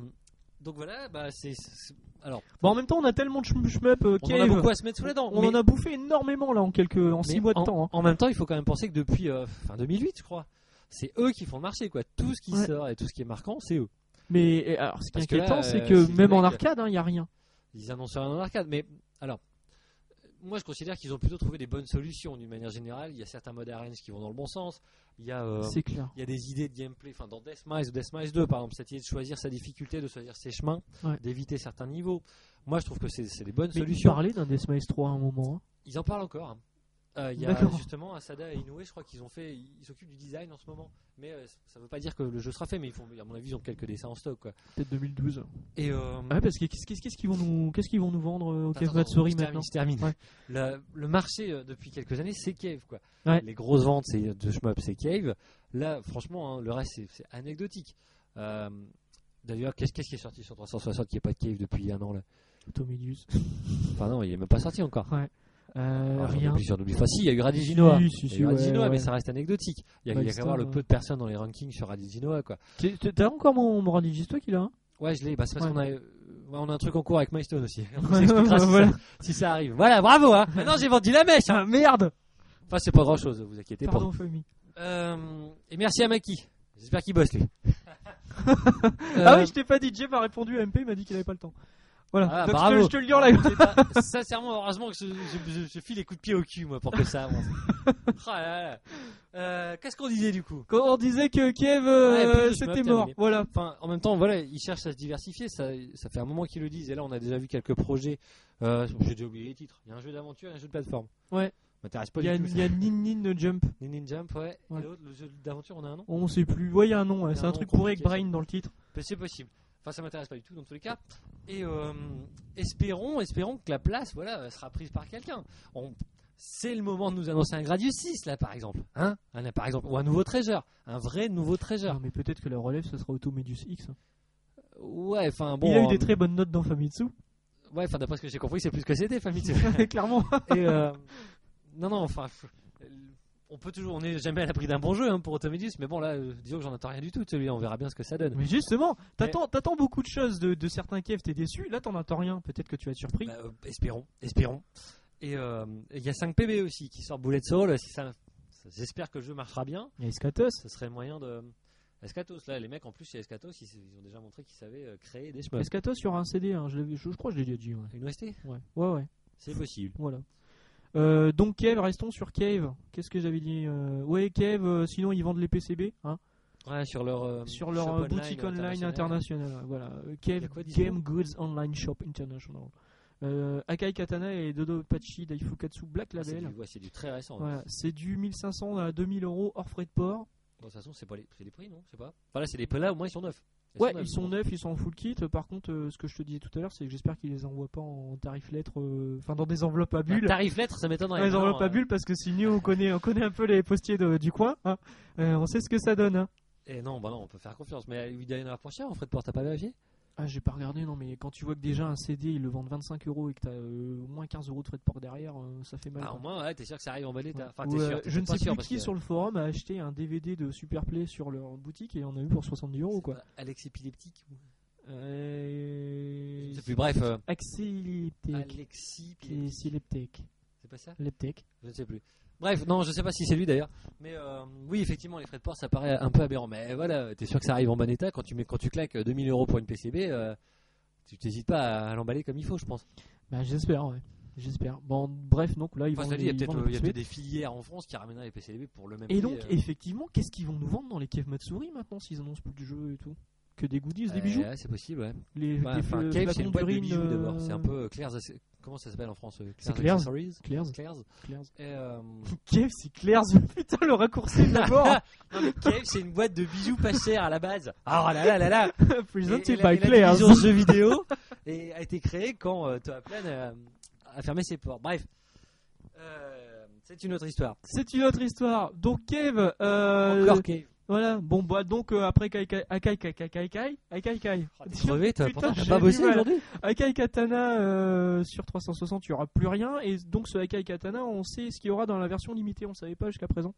donc voilà, bah, c'est. c'est- Alors, Bon, en même temps, on a tellement de schm- shmup euh, on en a cave. beaucoup à se mettre sous la dent. On mais- en a bouffé énormément là en quelques, en mais 6 mois de en, temps. hein. En même temps, il faut quand même penser que depuis euh, fin 2008, je crois, c'est eux qui font le marché, quoi. Tout ce qui Ouais. sort et tout ce qui est marquant, c'est eux. Mais et alors, ce qui est Parce que là, inquiétant, euh, c'est c'est que des même en mecs- arcade, hein, il n'y a rien. ils annoncent rien en arcade. Mais alors, euh, moi je considère qu'ils ont plutôt trouvé des bonnes solutions d'une manière générale. Il y a certains modes arrange qui vont dans le bon sens. Il y a, euh, C'est clair. il y a des idées de gameplay. Enfin, dans Deathmise ou Deathmise 2, par exemple, cette idée de choisir sa difficulté, de choisir ses chemins, Ouais. d'éviter certains niveaux. Moi je trouve que c'est c'est des bonnes Mais tu solutions. parlais d'un Deathmatch 3 à un moment. hein. Ils en parlent encore. hein. Euh, Il y a D'accord. justement Asada et Inoue, je crois qu'ils ont fait, ils s'occupent du design en ce moment. Mais euh, ça ne veut pas dire que le jeu sera fait, mais ils font, à mon avis, ils ont quelques dessins en stock. Quoi. Peut-être 2012. Et euh, Ouais, parce que qu'est-ce qu'est-ce- qu'est-ce qu'ils vont nous, qu'est-ce qu'ils vont nous vendre euh, au Attends, Cave attends, Matsuri je termine, maintenant je termine. Ouais. Le, le marché euh, depuis quelques années, c'est Cave quoi. Ouais. Les grosses ventes c'est de shmup, c'est Cave. Là, franchement, hein, le reste c'est- c'est anecdotique. Euh, D'ailleurs, qu'est-ce qu'est-ce qui est sorti sur 360 qui n'est pas de Cave depuis un an là Automédius. Enfin non, il est même pas sorti encore. Euh, Ah, j'en rien. Ah, oublie, j'en oublie. Enfin, si, il y a eu Radiginoa. Si, si, Il y a si, eu ouais, Radiginoa, ouais. mais ça reste anecdotique. Il y a, il y a qu'à Milestone, voir le ouais. peu de personnes dans les rankings sur Radiginoa quoi. T'es- t'es- T'as encore mon, mon Radigistoi qui l'a hein Ouais, je l'ai. Bah, c'est parce Ouais. qu'on a, euh, ouais, on a un truc en cours avec Milestone aussi. On Ouais, s'expliquera ouais, si, ça- voilà. si ça arrive. Voilà, bravo. Hein. Maintenant, j'ai vendu la mèche. hein. Ah merde Enfin, c'est pas grand chose. Vous inquiétez pas. Pardon, famille. Euh, et merci à Maki. J'espère qu'il bosse lui. Ah Euh, oui, je t'ai pas dit, Jeff a répondu à MP, il m'a dit qu'il avait pas le temps. Voilà, ah, donc je bravo. te, je te le dis en live. J'ai pas- Sincèrement, heureusement que je, je- je- je file les coups de pied au cul moi pour que ça avance. Oh là là. Euh, Qu'est-ce qu'on disait du coup Quand on disait que Kiev, euh, Ouais, plus de c'était shmup, mort. terminé. Voilà. Enfin, en même temps, voilà, ils cherchent à se diversifier. Ça, ça fait un moment qu'ils le disent. Et là, on a déjà vu quelques projets. Euh, J'ai déjà oublié les titres. Il y a un jeu d'aventure et un jeu de plateforme. Ouais. M'intéresse pas Il y a, du tout. il y a Nin Nin Jump. Ninja Jump, ouais. Ouais. Et l'autre, le jeu d'aventure, on a un nom On sait plus. Ouais, il y a un nom. ouais. Il y a C'est un un nom truc pourri avec compliqué, Brain dans le titre. Mais Ben, C'est possible. Enfin, ça m'intéresse pas du tout dans tous les cas. Et euh, espérons, espérons que la place, voilà, sera prise par quelqu'un. On- c'est le moment de nous annoncer un Gradius 6 là par exemple, hein un, par exemple, ou un nouveau Treasure, un vrai nouveau Treasure. Non, mais peut-être que la relève, ce sera Auto Medius X. hein. Ouais, enfin bon. Il a eu euh, des très bonnes notes dans Famitsu. Ouais, enfin d'après ce que j'ai compris, c'est plus que c'était Famitsu. Clairement. Et, euh, non, non, enfin, f- on peut toujours, on n'est jamais à l'abri d'un bon jeu hein, pour Automedius, mais bon là, euh, disons que j'en attends rien du tout de celui-là, on verra bien ce que ça donne. Mais justement, t'attends t'attends beaucoup de choses de, de certains Kiev, t'es déçu. Là, t'en attends rien. Peut-être que tu vas être surpris. Bah, euh, espérons, espérons. Et euh, et il y a 5 PB aussi qui sort Bullet Soul. Si ça, ça- J'espère que le jeu marchera bien. Il y a Escatos. Ce serait moyen de. Escatos, là, les mecs en plus chez Escatos, ils, ils ont déjà montré qu'ils savaient euh, créer des chemins. Escatos sur un CD, hein, je, l'avais- je- je crois que je l'ai déjà dit. Ouais, Une OST ouais, ouais. ouais, C'est possible. voilà. Euh, donc Cave, restons sur Cave. Qu'est-ce que j'avais dit euh, Ouais, Cave, euh, sinon ils vendent les PCB. Hein, Ouais, sur leur. euh, sur leur shop euh, boutique online internationale. ouais, Voilà. Euh, Cave Y a quoi, dispo Game Goods Online Shop International. Euh, Akai Katana et Dodo Pachi Daifukatsu Black Ah, C'est Label. du, ouais, c'est du très récent. Voilà, c'est du 1500 à 2000 euros hors frais de port. Bon, de toute façon, c'est pas les, c'est les prix, non Je sais pas. Enfin, là, c'est les prix là, au moins, ils sont neufs. Ouais, ils sont neufs, ils sont en full kit. Par contre, euh, ce que je te disais tout à l'heure, c'est que j'espère qu'ils les envoient pas en tarif lettre, euh, enfin dans des enveloppes à Un bulles. tarif lettre, ça m'étonnerait. Dans les Bah, Non, enveloppes euh, à bulles, parce que si nous on connaît, on connaît un peu les postiers de- du coin, hein. Euh, on sait ce que ça donne. hein. Eh non, bah non, on peut faire confiance. Mais euh, il y en a pour cher en frais de port, t'as pas vérifié Ah, j'ai pas regardé, non, mais quand tu vois que déjà un CD ils le vendent 25 euros et que t'as euh, au moins 15 euros de frais de port derrière, euh, ça fait mal. Ah, quoi. au moins, ouais, t'es sûr que ça arrive en bon Ouais. état. Enfin, Ou, t'es euh, sûr. t'es je ne pas sais sûr plus parce qui que- sur le forum a acheté un DVD de Superplay sur leur boutique et on a eu pour 70 euros quoi. C'est pas Alex épileptique ou- Euh... Je sais plus, bref. euh, Axiliptech. Alexis Pileptique, Axiliptech. c'est pas ça Leptech. Je ne sais plus. Bref, non, je sais pas si c'est lui d'ailleurs. Mais euh, oui, effectivement, les frais de port, ça paraît un peu aberrant. Mais voilà, t'es sûr que ça arrive en bon état quand tu, mets, quand tu claques euh, 2000 euros pour une PCB euh, tu t'hésites pas à l'emballer comme il faut, je pense. Bah, j'espère, ouais. J'espère. Bon, bref, donc là, ils Enfin, vont cela dit, il y a ils peut-être vont euh, il y a continuer. peut-être des filières en France qui ramèneraient les PCB pour le même Et prix, donc, euh. effectivement, qu'est-ce qu'ils vont nous vendre dans les Kev Matsuri maintenant s'ils annoncent plus du jeu et tout Que des goodies, des Euh, bijoux ouais, C'est possible, ouais. Les Bah, des enfin, fl- Cave, c'est flacons une boîte de d'urine, bijoux d'abord. euh, C'est un peu euh, Claire's. Ac- Comment ça s'appelle en France euh, C'est Claire's Claire's. Accessories Claire's. Claire's. Claire's. Et, euh, Cave, c'est Claire's. Putain, le raccourci de la mort. non, mais Cave, c'est une boîte de bijoux pas chère à la base. Ah là là là là Presented la- by la Claire's. division jeux vidéo et a été créée quand euh, Toaplan euh, a fermé ses ports. Bref, Euh, c'est une autre histoire. C'est une autre histoire. Donc, Cave. euh, Encore Cave. Voilà. Bon, bah, donc, euh, après Kai Kai Kai Kai Kai Kai Kai Kai Kai. Oh, t'es crevé, toi, Putain, pourtant, t'as j'ai pas du bossé mal. aujourd'hui Akai Katana euh, sur 360, il n'y aura plus rien. Et donc, ce Akai Katana, on sait ce qu'il y aura dans la version limitée, on ne savait pas jusqu'à présent.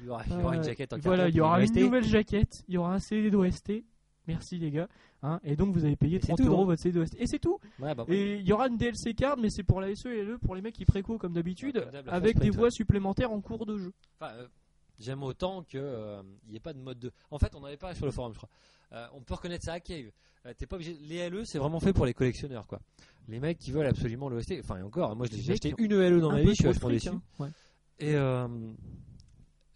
Il y aura, il y aura une Euh, jaquette en Voilà, carton, il y aura une OST. nouvelle jaquette, il y aura un CD d'OST. Merci les gars. Hein, et donc, vous avez payé Et c'est 30 tout, euros hein. votre CD d'OST. Et c'est tout. Ouais, bah, Et il y aura une DLC card, mais c'est pour la SE et LE, pour les mecs qui préco comme Ouais, d'habitude, Ah, comme d'hab, la avec force des print, voix supplémentaires en cours de jeu. Enfin, euh, j'aime autant que euh, il n'y ait pas de mode 2. En fait, on n'avait pas sur le forum, je crois. Euh, on peut reconnaître ça à Cave. Euh, t'es pas obligé. Les LE, c'est vraiment fait pour les collectionneurs, quoi. Les mecs qui veulent absolument le ST. Enfin, et encore, moi, je Les l'ai mecs acheté qui une LE dans Un ma peu vie, je suis trop vachement fric, déçu. hein. Ouais. Et euh,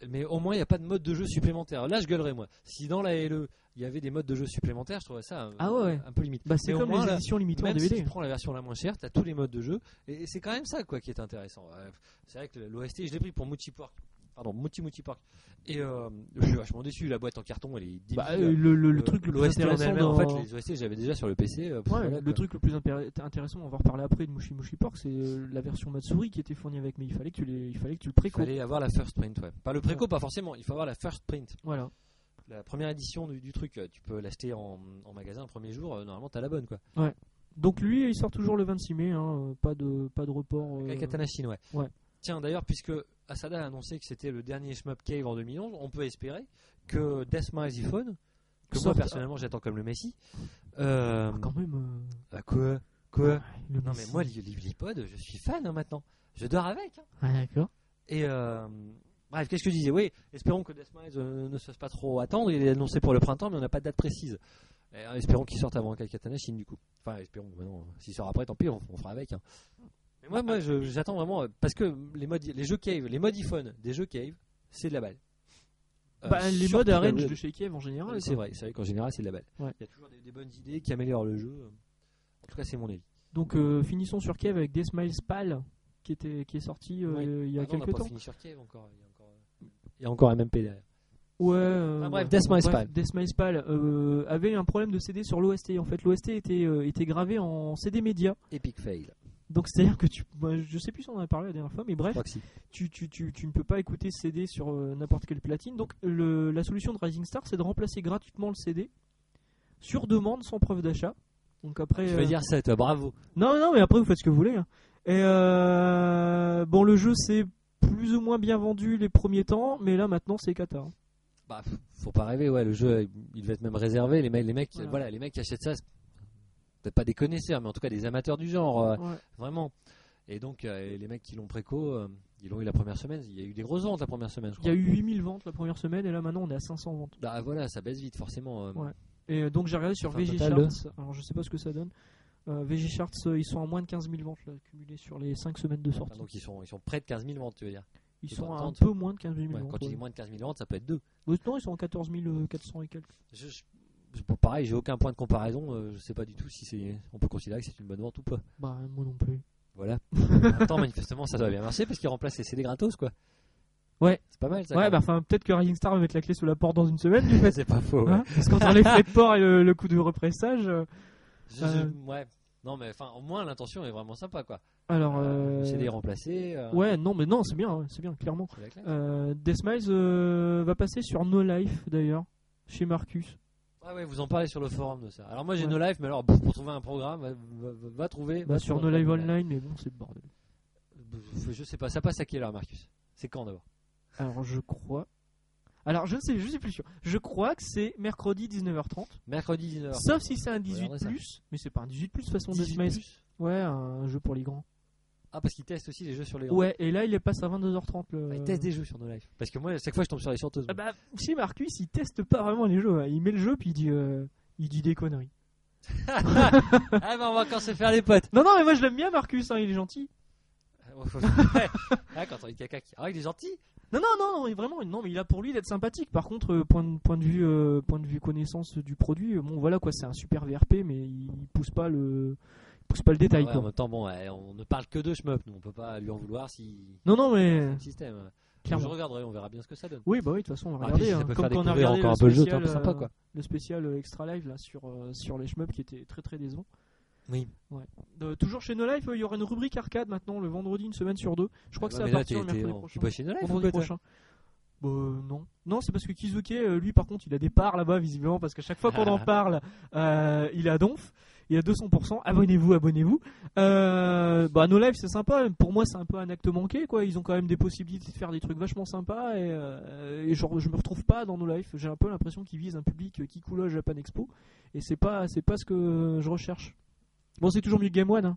mais au moins, il n'y a pas de mode de jeu supplémentaire. Là, je gueulerais moi. Si dans la LE, il y avait des modes de jeu supplémentaires, je trouverais ça euh, Ah ouais, ouais. un peu limite. Bah, c'est Mais au comme moins, les là, éditions limitées en Même si DVD. tu prends la version la moins chère, t'as tous les modes de jeu et et c'est quand même ça quoi qui est intéressant. Euh, C'est vrai que l'OST, je l'ai pris pour Mouti Pork. Pardon, Mouti Mouti Pork. Et euh, je suis vachement déçu, la boîte en carton, elle est débile. Bah, euh, le, le- le Euh, truc le plus l'OST en intéressant elle-même, en dans- fait, les OST, j'avais déjà sur le PC. euh, Ouais, voilà, le quoi. truc le plus impér- intéressant, on va en reparler après de Mushi Mushi Pork, c'est euh, la version Matsuri qui était fournie avec, mais il fallait que tu, les, il fallait que tu le Il préco. fallait avoir la first print, ouais. Pas le préco, pas forcément, il faut avoir la first print. Voilà. La première édition du, du truc, euh, tu peux l'acheter en, en magasin le premier jour, euh, normalement t'as la bonne quoi. Donc lui, il sort toujours le 26 mai, hein, euh, pas de pas de report. euh, Avec la katana chinoise. ouais. Tiens, d'ailleurs, puisque Asada a annoncé que c'était le dernier Shmup Cave en 2011, on peut espérer que Death Miles Iphone, que moi Sorte- personnellement j'attends comme le Messi. Euh, ah, quand même. euh, bah, quoi Quoi ouais, le Non, mais Messi. moi, les les l'iPod, je suis fan hein, maintenant. Je dors avec. hein. Ah, d'accord. Et euh, bref, qu'est-ce que je disais Oui, espérons que Death Miles euh, ne se fasse pas trop attendre. Il est annoncé pour le printemps, mais on n'a pas de date précise. Et, euh, espérons qu'il sorte avant Katana Shin du coup. Enfin, espérons. bah non, S'il sort après, tant pis, on, on fera avec. hein. Mais moi, moi je- j'attends vraiment euh, parce que les modes, les jeux cave, les modes iPhone des jeux cave, c'est de la balle. Euh, Bah, les surtout modes dans à range le- de chez Kiev en général. C'est quoi. vrai, c'est vrai qu'en général, c'est de la balle. Il Ouais. y a toujours des, des bonnes idées qui améliorent le jeu. En tout cas, c'est mon avis. Donc euh, finissons sur Kiev avec Death Smiles Pal qui était qui est sorti euh, Ouais. il y a Ah non, on n'a quelques pas temps. fini sur cave encore. Il y a encore, euh, il y a encore un MP derrière. Ouais. euh, Ah, bref, ouais. Death Smiles Bref, Pal. Death Smiles Pal, euh, avait un problème de CD sur l'OST. En fait, l'OST était euh, était gravé en CD média. Epic fail. Donc c'est-à-dire que tu, moi, je sais plus si on en a parlé la dernière fois, mais Je bref, crois que si. tu, tu, tu, tu ne peux pas écouter CD sur euh, n'importe quelle platine. Donc le- la solution de Rising Star, c'est de remplacer gratuitement le CD sur demande sans preuve d'achat. Donc après, Tu euh, vas dire ça, toi, bravo. non, non, mais après vous faites ce que vous voulez. hein. Et euh, bon, le jeu c'est plus ou moins bien vendu les premiers temps, mais là maintenant c'est cata. hein. Bah, pff, faut pas rêver, ouais, le jeu, il va être même réservé. Les, mecs- les mecs, Voilà. voilà. les mecs qui achètent ça, c'est peut-être pas des connaisseurs, mais en tout cas des amateurs du genre, euh, Ouais. vraiment. Et donc, euh, les mecs qui l'ont préco, euh, ils l'ont eu la première semaine. Il y a eu des grosses ventes la première semaine, je Il y crois. a eu 8000 ventes la première semaine et là maintenant on est à 500 ventes. Bah voilà, ça baisse vite, forcément. euh, Ouais. Et euh, donc j'ai regardé sur Enfin, VG total, Charts. Alors je sais pas ce que ça donne. Euh, VG Charts, euh, ils sont à moins de 15 000 ventes là, cumulées sur les 5 semaines de ah, sortie. donc, ils sont, ils sont près de 15 000 ventes, tu veux dire. ils c'est sont à pas un tant. peu moins de 15 000 Ouais, ventes. quand tu dis ouais. moins de 15 000 ventes, ça peut être deux. Euh, Non, ils sont à 14 400 et quelques. Je, je- je- bon, pareil, j'ai aucun point de comparaison. euh, je sais pas du tout si c'est, on peut considérer que c'est une bonne vente ou pas. Bah moi non plus. Voilà. en même temps, manifestement, ça doit bien marcher parce qu'il remplace les CD gratos, quoi. Ouais. C'est pas mal, ça. ouais, quand bah enfin peut-être que Rising Star va mettre la clé sous la porte dans une semaine du même. fait. c'est pas faux. Hein ouais. Parce qu'entre les frais de port et le, le coût de repressage. euh, Je- je- Euh. ouais. Non, mais enfin, au moins, l'intention est vraiment sympa, quoi. Alors. Euh, euh, le CD remplacé. euh, Ouais, non, mais non, c'est bien, ouais, c'est bien, clairement. c'est la classe. Euh, Death Smiles euh, va passer sur No Life d'ailleurs, chez Marcus. Ah ouais, vous en parlez sur le forum de ça. Alors moi j'ai Ouais. No Life, mais alors pff, pour trouver un programme, va, va- va trouver. Bah, va sur No trouver un Live programme. Online, mais bon, c'est le bordel. Je- Je sais pas, ça passe à quelle heure, Marcus C'est quand d'abord Alors je crois. Alors je ne sais, je suis plus sûr. Je crois que c'est mercredi 19h30. Mercredi 19h. Sauf si c'est un 18 Regardez ça. plus, mais c'est pas un 18 plus façon 18 Deathmatch. plus. Ouais, un jeu pour les grands. Ah, parce qu'ils testent aussi les jeux sur les. Ouais, et là il passe à 22h30 le. Ah, Ils testent des jeux sur No Life. Parce que moi, à chaque fois, je tombe sur les chanteuses. Ah bah, chez Marcus, il teste pas vraiment les jeux. hein. Il met le jeu puis il dit, euh, il dit des conneries. ah bah, on va encore se faire les potes. Non non, mais moi je l'aime bien Marcus, hein, il est gentil. ah, quand on dit caca, qui- ah, il est gentil. Non, non, non, non, mais vraiment, non, mais il a pour lui d'être sympathique. Par contre, euh, point de, point, de vue, euh, point de vue connaissance du produit, euh, bon, voilà quoi, c'est un super VRP, mais il pousse pas le, il pousse pas le détail, Ouais, en quoi. même temps, bon, ouais, on ne parle que de shmup, nous on peut pas lui en vouloir si. Non, non, mais le système. Je clairement. regarderai, on verra bien ce que ça donne. Oui, bah oui, de toute façon, on va Ah, regarder. puis ça hein, peut comme faire quand on a découvrir regardé encore le un peu le jeu, spécial, c'est un peu sympa, quoi. le spécial euh, extra live là sur euh, sur les shmups qui était très très décevant. Oui. Ouais. Euh, toujours chez No Life, euh, il y aura une rubrique arcade maintenant le vendredi une semaine sur deux. Je crois que Ah, c'est mais à là, partir t'es- du t'es mercredi en- prochain. Tu bosses chez No Life ou Vendredi quoi, toi prochain. Bah, euh, non. Non, c'est parce que Kizuke, euh, lui, par contre, il a des parts là-bas, visiblement, parce qu'à chaque fois qu'on en parle, euh, il est à Donf. Il a 200%. Abonnez-vous, abonnez-vous. Euh, bah, No Life, c'est sympa. Pour moi, c'est un peu un acte manqué, quoi. Ils ont quand même des possibilités de faire des trucs vachement sympas. Et, euh, et genre, je me retrouve pas dans No Life. J'ai un peu l'impression qu'ils visent un public euh, qui coule à Japan Expo. Et c'est pas, c'est pas ce que je recherche. Bon, c'est toujours mieux que Game One. hein.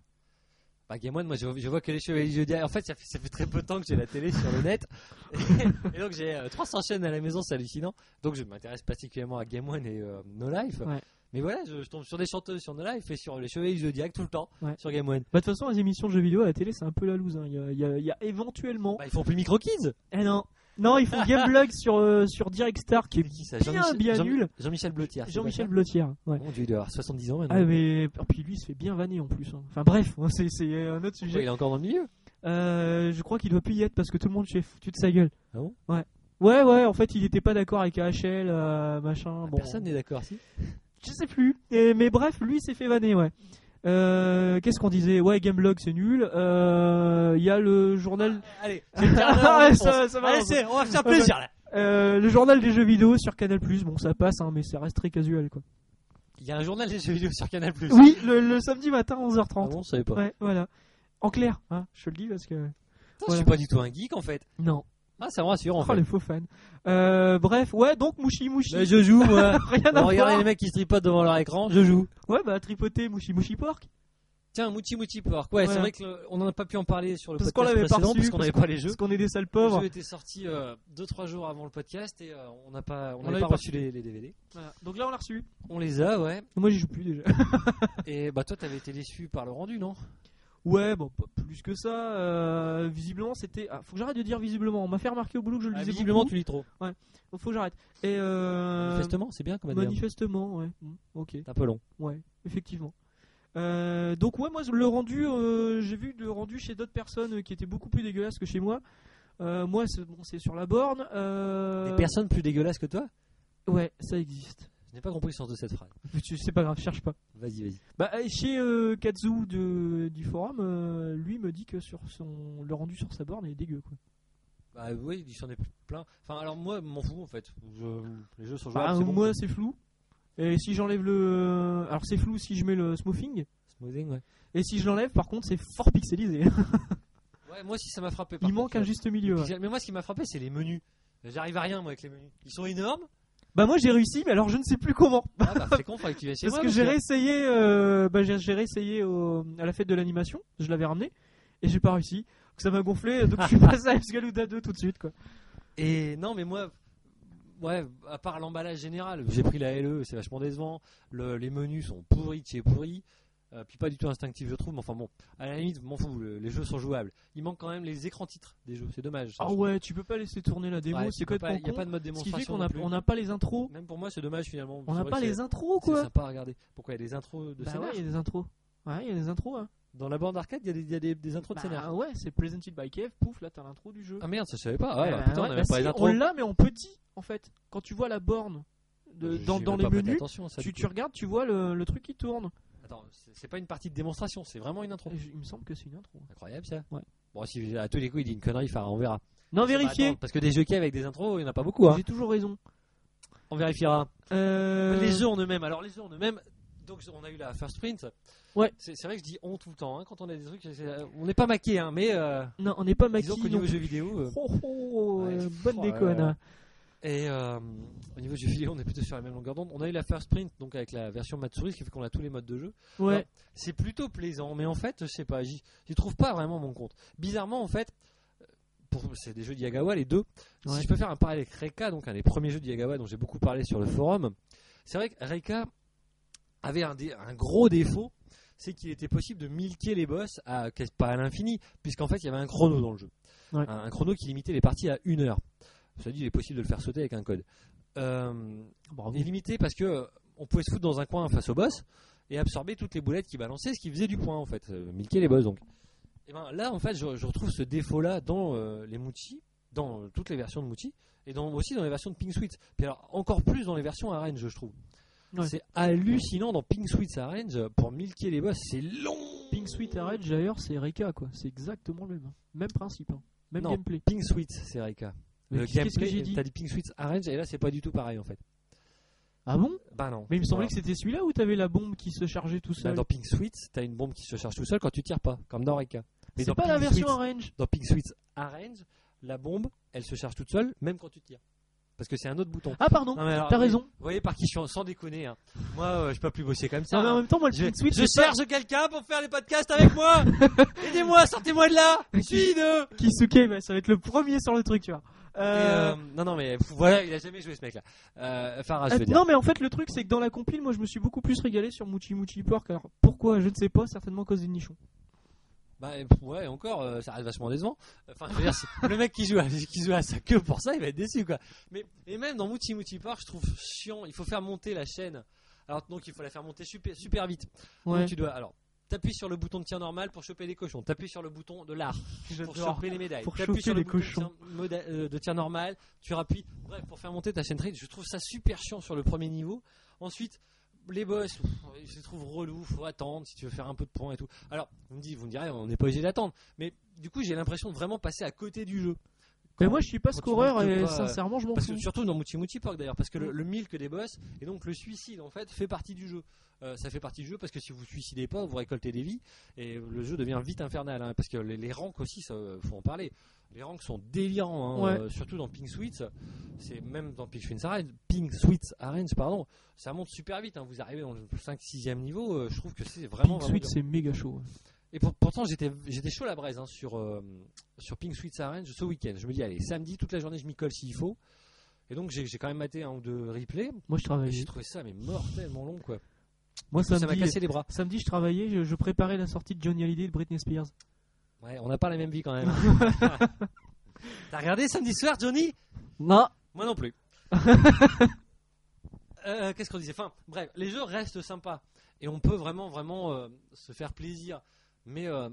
Bah, Game One, moi je, je vois que les chevaliers du Zodiac. En fait, ça fait, ça fait très peu de temps que j'ai la télé sur le net. et donc j'ai euh, 300 chaînes à la maison, c'est hallucinant. Donc je m'intéresse particulièrement à Game One et euh, No Life. Ouais. Mais voilà, je, je tombe sur des chanteuses sur No Life et sur les chevaliers du Zodiac tout le temps Ouais. sur Game One. Bah, de toute façon, les émissions de jeux vidéo à la télé, c'est un peu la loose. hein. Il y a- il y a- il y a éventuellement Bah, ils font plus Micro Kids. Eh non. Non, ils font Gameblog sur, euh, sur Direct Star qui est qui ça bien, bien nul. Jean-Michel Blottier. c'est Jean-Michel pas Blotière. ça Mon dieu, il doit avoir 70 ans maintenant. Ah, mais. et puis lui, il se fait bien vanner en plus. hein. Enfin bref, hein, c'est c'est un autre Pourquoi, il sujet. est encore dans le milieu. Euh, je crois qu'il doit plus y être parce que tout le monde s'est foutu de sa gueule. Ah bon Ouais. Ouais, ouais, en fait, il était pas d'accord avec AHL, euh, machin. bon. Ah, Personne n'est d'accord, si. Je sais plus. Et- mais bref, lui il s'est fait vanner, ouais. Euh, Qu'est-ce qu'on disait Ouais, Gameblog, c'est nul. Euh, Il y a le journal. Allez, j'ai le quart d'heure, Ah, on- ça- on- ça va, Allez, on- c'est- on va faire Ouais, plaisir là. Euh, le journal des jeux vidéo sur Canal Bon, ça passe, hein, mais ça reste très casual, quoi. Il y a un journal des jeux vidéo sur Canal Plus. Oui, le, le samedi matin, 11h30. Ah bon, je savais pas. Ouais, voilà. En clair, hein, je te le dis parce que. Putain, Je Voilà. suis pas du tout un geek en fait. Non. Ah, ça me rassure en Oh, fait. les faux fans. Euh, bref, ouais, donc Mouchi Mouchi. Mais je joue, moi. Rien à Alors, Oh, regardez voir. les mecs qui se tripotent devant leur écran, je joue. Ouais, bah tripoté Mouchi Mouchi Pork. Tiens, Mouti Mouti Pork. Ouais, Ouais. c'est vrai qu'on n'en a pas pu en parler sur le Parce qu'on podcast l'avait pas précédent reçu, parce qu'on n'avait parce pas les jeux. Parce qu'on est des sales Le pauvres. jeu était sorti 2-3 jours avant le podcast et euh, on n'a pas, on On n'avait l'avait pas pas reçu les, les DVD. Voilà. Donc là, on l'a reçu. On les a, ouais. Moi, j'y joue plus déjà. Et bah, toi, t'avais été déçu par le rendu, non Ouais, bon, pas plus que ça. Euh, visiblement, c'était. Ah, faut que j'arrête de dire visiblement. On m'a fait remarquer au boulot que je le Ah, disais Visiblement, beaucoup. tu lis trop. Faut que j'arrête. Et euh. Manifestement, c'est bien comme adverbe. Manifestement, ouais. Mm, Ok. C'est un peu long. Ouais, effectivement. Euh, donc ouais, moi le rendu, euh, j'ai vu le rendu chez d'autres personnes euh, qui étaient beaucoup plus dégueulasses que chez moi. Euh, moi, c'est bon, c'est sur la borne. euh, Des personnes plus dégueulasses que toi Ouais, ça existe. Je n'ai pas compris le sens de cette phrase. C'est pas grave, cherche pas. Vas-y, vas-y. Bah, euh, chez euh, Katsu de- du forum, euh, lui me dit que sur son, le rendu sur sa borne est dégueu. Quoi. Bah oui, il s'en est plein. Enfin, alors moi, m'en fous en fait. Je- Les jeux sont Bah, jouables. c'est bon. moi, c'est flou. Et si j'enlève le. euh, Alors, c'est flou si je mets le smoothing. Smoothing, ouais. Et si je l'enlève, par contre, c'est fort pixelisé. Ouais, moi aussi ça m'a frappé. par Il contre, manque un ouais. juste milieu. ouais. Pixel- Mais moi, ce qui m'a frappé, c'est les menus. J'arrive à rien moi avec les menus. Ils sont énormes. Bah, moi, j'ai réussi, mais alors je ne sais plus comment. Ah bah c'est con, fallait que tu viennes chez Parce moi, que j'ai réessayé, euh, bah, j'ai j'ai réessayé au- à la fête de l'animation, je l'avais ramené, et j'ai pas réussi. Donc ça m'a gonflé, donc je suis passé à Escaluda 2 tout de suite. Quoi. Et non, mais moi, ouais, à part l'emballage général, j'ai pris la LE, c'est vachement décevant. Le- les menus sont pourris, de chez pourris. Euh, puis pas du tout instinctif, je trouve. Mais enfin bon, à la limite, m'en fous. le- les jeux sont jouables. Il manque quand même les écrans titres des jeux. C'est dommage. ça, Ah je trouve. ouais, tu peux pas laisser tourner la démo, Ouais, c'est tu peux pas- complètement Il n'y a con. pas de mode Ce qui fait démonstration. qu'on a, non plus. on a pas les intros, Même pour moi, c'est dommage finalement. on C'est n'a vrai pas que les c'est- intros C'est quoi. sympa à regarder. Pourquoi il y a des intros de Bah ouais, scénar il y a des intros. Ouais, il y a des intros. Hein. Dans la bande arcade, il y a des, il y a des- des intros de Bah scénar. ouais, c'est Presented by Kev, pouf, là t'as l'intro du jeu. Ah merde, ça, je savais pas. Ah ouais, Bah bah, putain, ouais, on bah avait pas si, les on intros. l'a, mais en petit en fait. Quand tu vois la borne de- J'ai dans, même dans pas les prêté menus, attention à ça, tu, du tu coup. regardes, tu vois le, le truc qui tourne. Attends, c'est c'est pas une partie de démonstration, c'est vraiment une intro. hein. Et je- Il me semble que c'est une intro. Incroyable ça. Ouais. Bon, si à tous les coups il dit une connerie, enfin, on verra. Non, Bah, vérifiez. attends, parce que des jeux qui avec des intros, il n'y en a pas beaucoup. Hein. J'ai toujours raison. On vérifiera. Euh, Les jeux en eux-mêmes. Alors, les jeux en eux-mêmes. Donc, on a eu la first print. Ouais. C'est c'est vrai que je dis on tout le temps. hein, quand on a des trucs, c'est- on n'est pas maqué, hein, mais euh, Non, on n'est pas maquis. disons qu'au niveau non. jeux vidéo. euh, Oh, oh, Ouais, euh, pff, bonne ouais, déconne. ouais, ouais. hein. Et euh, au niveau jeux vidéo, on est plutôt sur la même longueur d'onde. On a eu la first print, donc avec la version Matsuri, ce qui fait qu'on a tous les modes de jeu. Ouais. Ouais. C'est plutôt plaisant, mais en fait, je sais pas, j'y j'y trouve pas vraiment mon compte. Bizarrement, en fait, pour c'est des jeux d'Yagawa, les deux. Ouais. Si je peux faire un parallèle avec Reika, donc un des premiers jeux d'Yagawa dont j'ai beaucoup parlé sur le forum, c'est vrai que Reika avait un, dé- un gros défaut, c'est qu'il était possible de milquer les boss à, quasi- pas à l'infini, puisqu'en fait, il y avait un chrono dans le jeu. Ouais. Un, un chrono qui limitait les parties à une heure. Ça dit, il est possible de le faire sauter avec un code. Euh, Bravo. est limité parce que euh, on pouvait se foutre dans un coin face au boss et absorber toutes les boulettes qui balançaient, ce qui faisait du point en fait, euh, milquer les boss donc. Et ben là en fait, je, je retrouve ce défaut là dans euh, les Mouchi, dans euh, toutes les versions de Mouchi et dans, aussi dans les versions de Pink Switch. Puis alors encore plus dans les versions Arrange, je trouve. Ouais. C'est hallucinant dans Pink Switch Arrange euh, pour milquer les boss, c'est long. Pink Sweet Arrange d'ailleurs, c'est Reka quoi. C'est exactement le même. Même principe. hein. Même Non. gameplay. Pink Switch, c'est Rika. Mais Le Qu'est-ce que j'ai gameplay, dit t'as dit Pink Switch Arrange et là c'est pas du tout pareil en fait. Ah bon Bah non. Mais il me semblait Voilà. que c'était celui-là où t'avais la bombe qui se chargeait tout Bah, seul. dans Pink Switch, t'as une bombe qui se charge tout seul quand tu tires pas, comme dans Rika. Mais C'est dans pas la Pink version Switch- Arrange. dans Pink Switch Arrange, la bombe, elle se charge toute seule, même quand tu tires. Parce que c'est un autre bouton. Ah pardon, Non, mais alors, t'as mais- raison. Vous voyez par qui je suis, en- sans déconner. hein. Moi, euh, je peux plus bosser comme ça. Non, mais en hein. même temps, moi le Je, Pink Sweet, je c'est pas- cherche quelqu'un pour faire les podcasts avec moi. Aidez-moi, sortez-moi de là. Je suis de. Kisuke, bah, ça va être le premier sur le truc, tu vois. Euh, non, non, mais pff, voilà, il a jamais joué ce mec-là. Euh, Farah, je Ah, veux dire. non mais en fait le truc c'est que dans la compile moi je me suis beaucoup plus régalé sur Muchi Muchi Pork alors pourquoi je ne sais pas certainement à cause des nichons. Bah, euh, pff, ouais, encore, euh, ça reste vachement décevant. Enfin, je veux dire, c'est- le mec qui joue, à, qui joue à sa queue pour ça, il va être déçu, quoi. Mais, et même dans Mouti Mouti Park, je trouve chiant. Il faut faire monter la chaîne. Alors, donc, il faut la faire monter super, super vite. Donc, tu dois, alors, t'appuies sur le bouton de tir normal pour choper des cochons. T'appuies sur le bouton de l'art pour choper les médailles. Pour T'appuies choper sur le les bouton de cochons. tir- moda- euh, de tir normal. Tu rappuies. Bref, pour faire monter ta chaîne trade, je trouve ça super chiant sur le premier niveau. Ensuite, les boss, pff, je les trouve relous. Faut attendre si tu veux faire un peu de points et tout. Alors, vous me, dites, vous me direz, on n'est pas obligé d'attendre. Mais du coup, j'ai l'impression de vraiment passer à côté du jeu. Mais Quand- moi je suis pas quand tu scoreur marques et pas, euh, sincèrement je m'en parce fous. que surtout dans Mouti Mouti Park d'ailleurs, parce que le, le milk des boss et donc le suicide en fait fait partie du jeu. Euh, ça fait partie du jeu parce que si vous suicidez pas, vous récoltez des vies et le jeu devient vite infernal. hein, parce que les, les ranks aussi, ça, euh, faut en parler. Les ranks sont délirants, hein, Ouais. euh, surtout dans Pink Sweets. C'est même dans Pink Sweets Arrange, Pink Sweets Arrange, pardon, ça monte super vite. hein, vous arrivez dans le 5-6e niveau, euh, je trouve que c'est vraiment. Pink vraiment Sweet dur. c'est méga chaud. Et pour- pourtant, j'étais j'étais chaud la braise hein, sur, euh, sur Pink Sweet Arrange ce week-end. Je me dis, allez, samedi, toute la journée, je m'y colle s'il faut. Et donc, j'ai j'ai quand même maté un ou deux replays. Moi je Et J'ai travaillais. trouvé ça, mais mortellement long, quoi. Moi Ça m'a samedi, cassé les bras. samedi je travaillais, je, je préparais la sortie de Johnny Hallyday et de Britney Spears. Ouais, on n'a pas la même vie quand même. T'as regardé samedi soir, Johnny Non. Moi non plus. Euh, Qu'est-ce qu'on disait Enfin, bref, les jeux restent sympas et on peut vraiment, vraiment euh, se faire plaisir. Mais euh,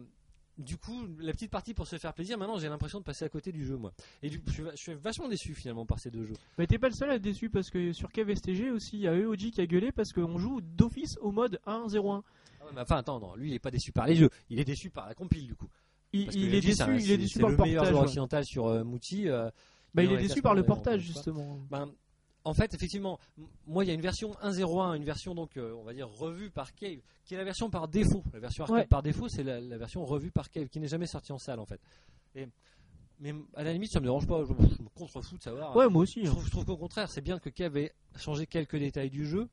du coup, la petite partie pour se faire plaisir, maintenant j'ai l'impression de passer à côté du jeu, moi. Et du coup, je suis va- je suis vachement déçu finalement par ces deux jeux. Mais t'es pas le seul à être déçu parce que sur KVSTG aussi, il y a EOG qui a gueulé parce qu'on joue d'office au mode 1.01. Ah ouais, mais enfin, attends, non, lui il est pas déçu par les jeux, il est déçu par la compile du coup. Il, Parce que il est Yogi, c'est déçu, un- il c'est- est déçu c'est par le le meilleur portage. joueur ouais. occidental sur euh, Mouti. euh, Bah, il dans est les déçu classements, par le mais bon, portage je sais pas. justement. Ben, en fait, effectivement, m- moi, il y a une version 1.01, une version donc, euh, on va dire revue par Cave, qui est la version par défaut. La version arcade Ouais. par défaut, c'est la, la version revue par Cave, qui n'est jamais sortie en salle, en fait. Et, mais à la limite, ça me dérange pas. Je, je me contrefous de savoir. Ouais, moi aussi. Je hein. trouve, je trouve qu'au contraire, c'est bien que Cave ait changé quelques détails du jeu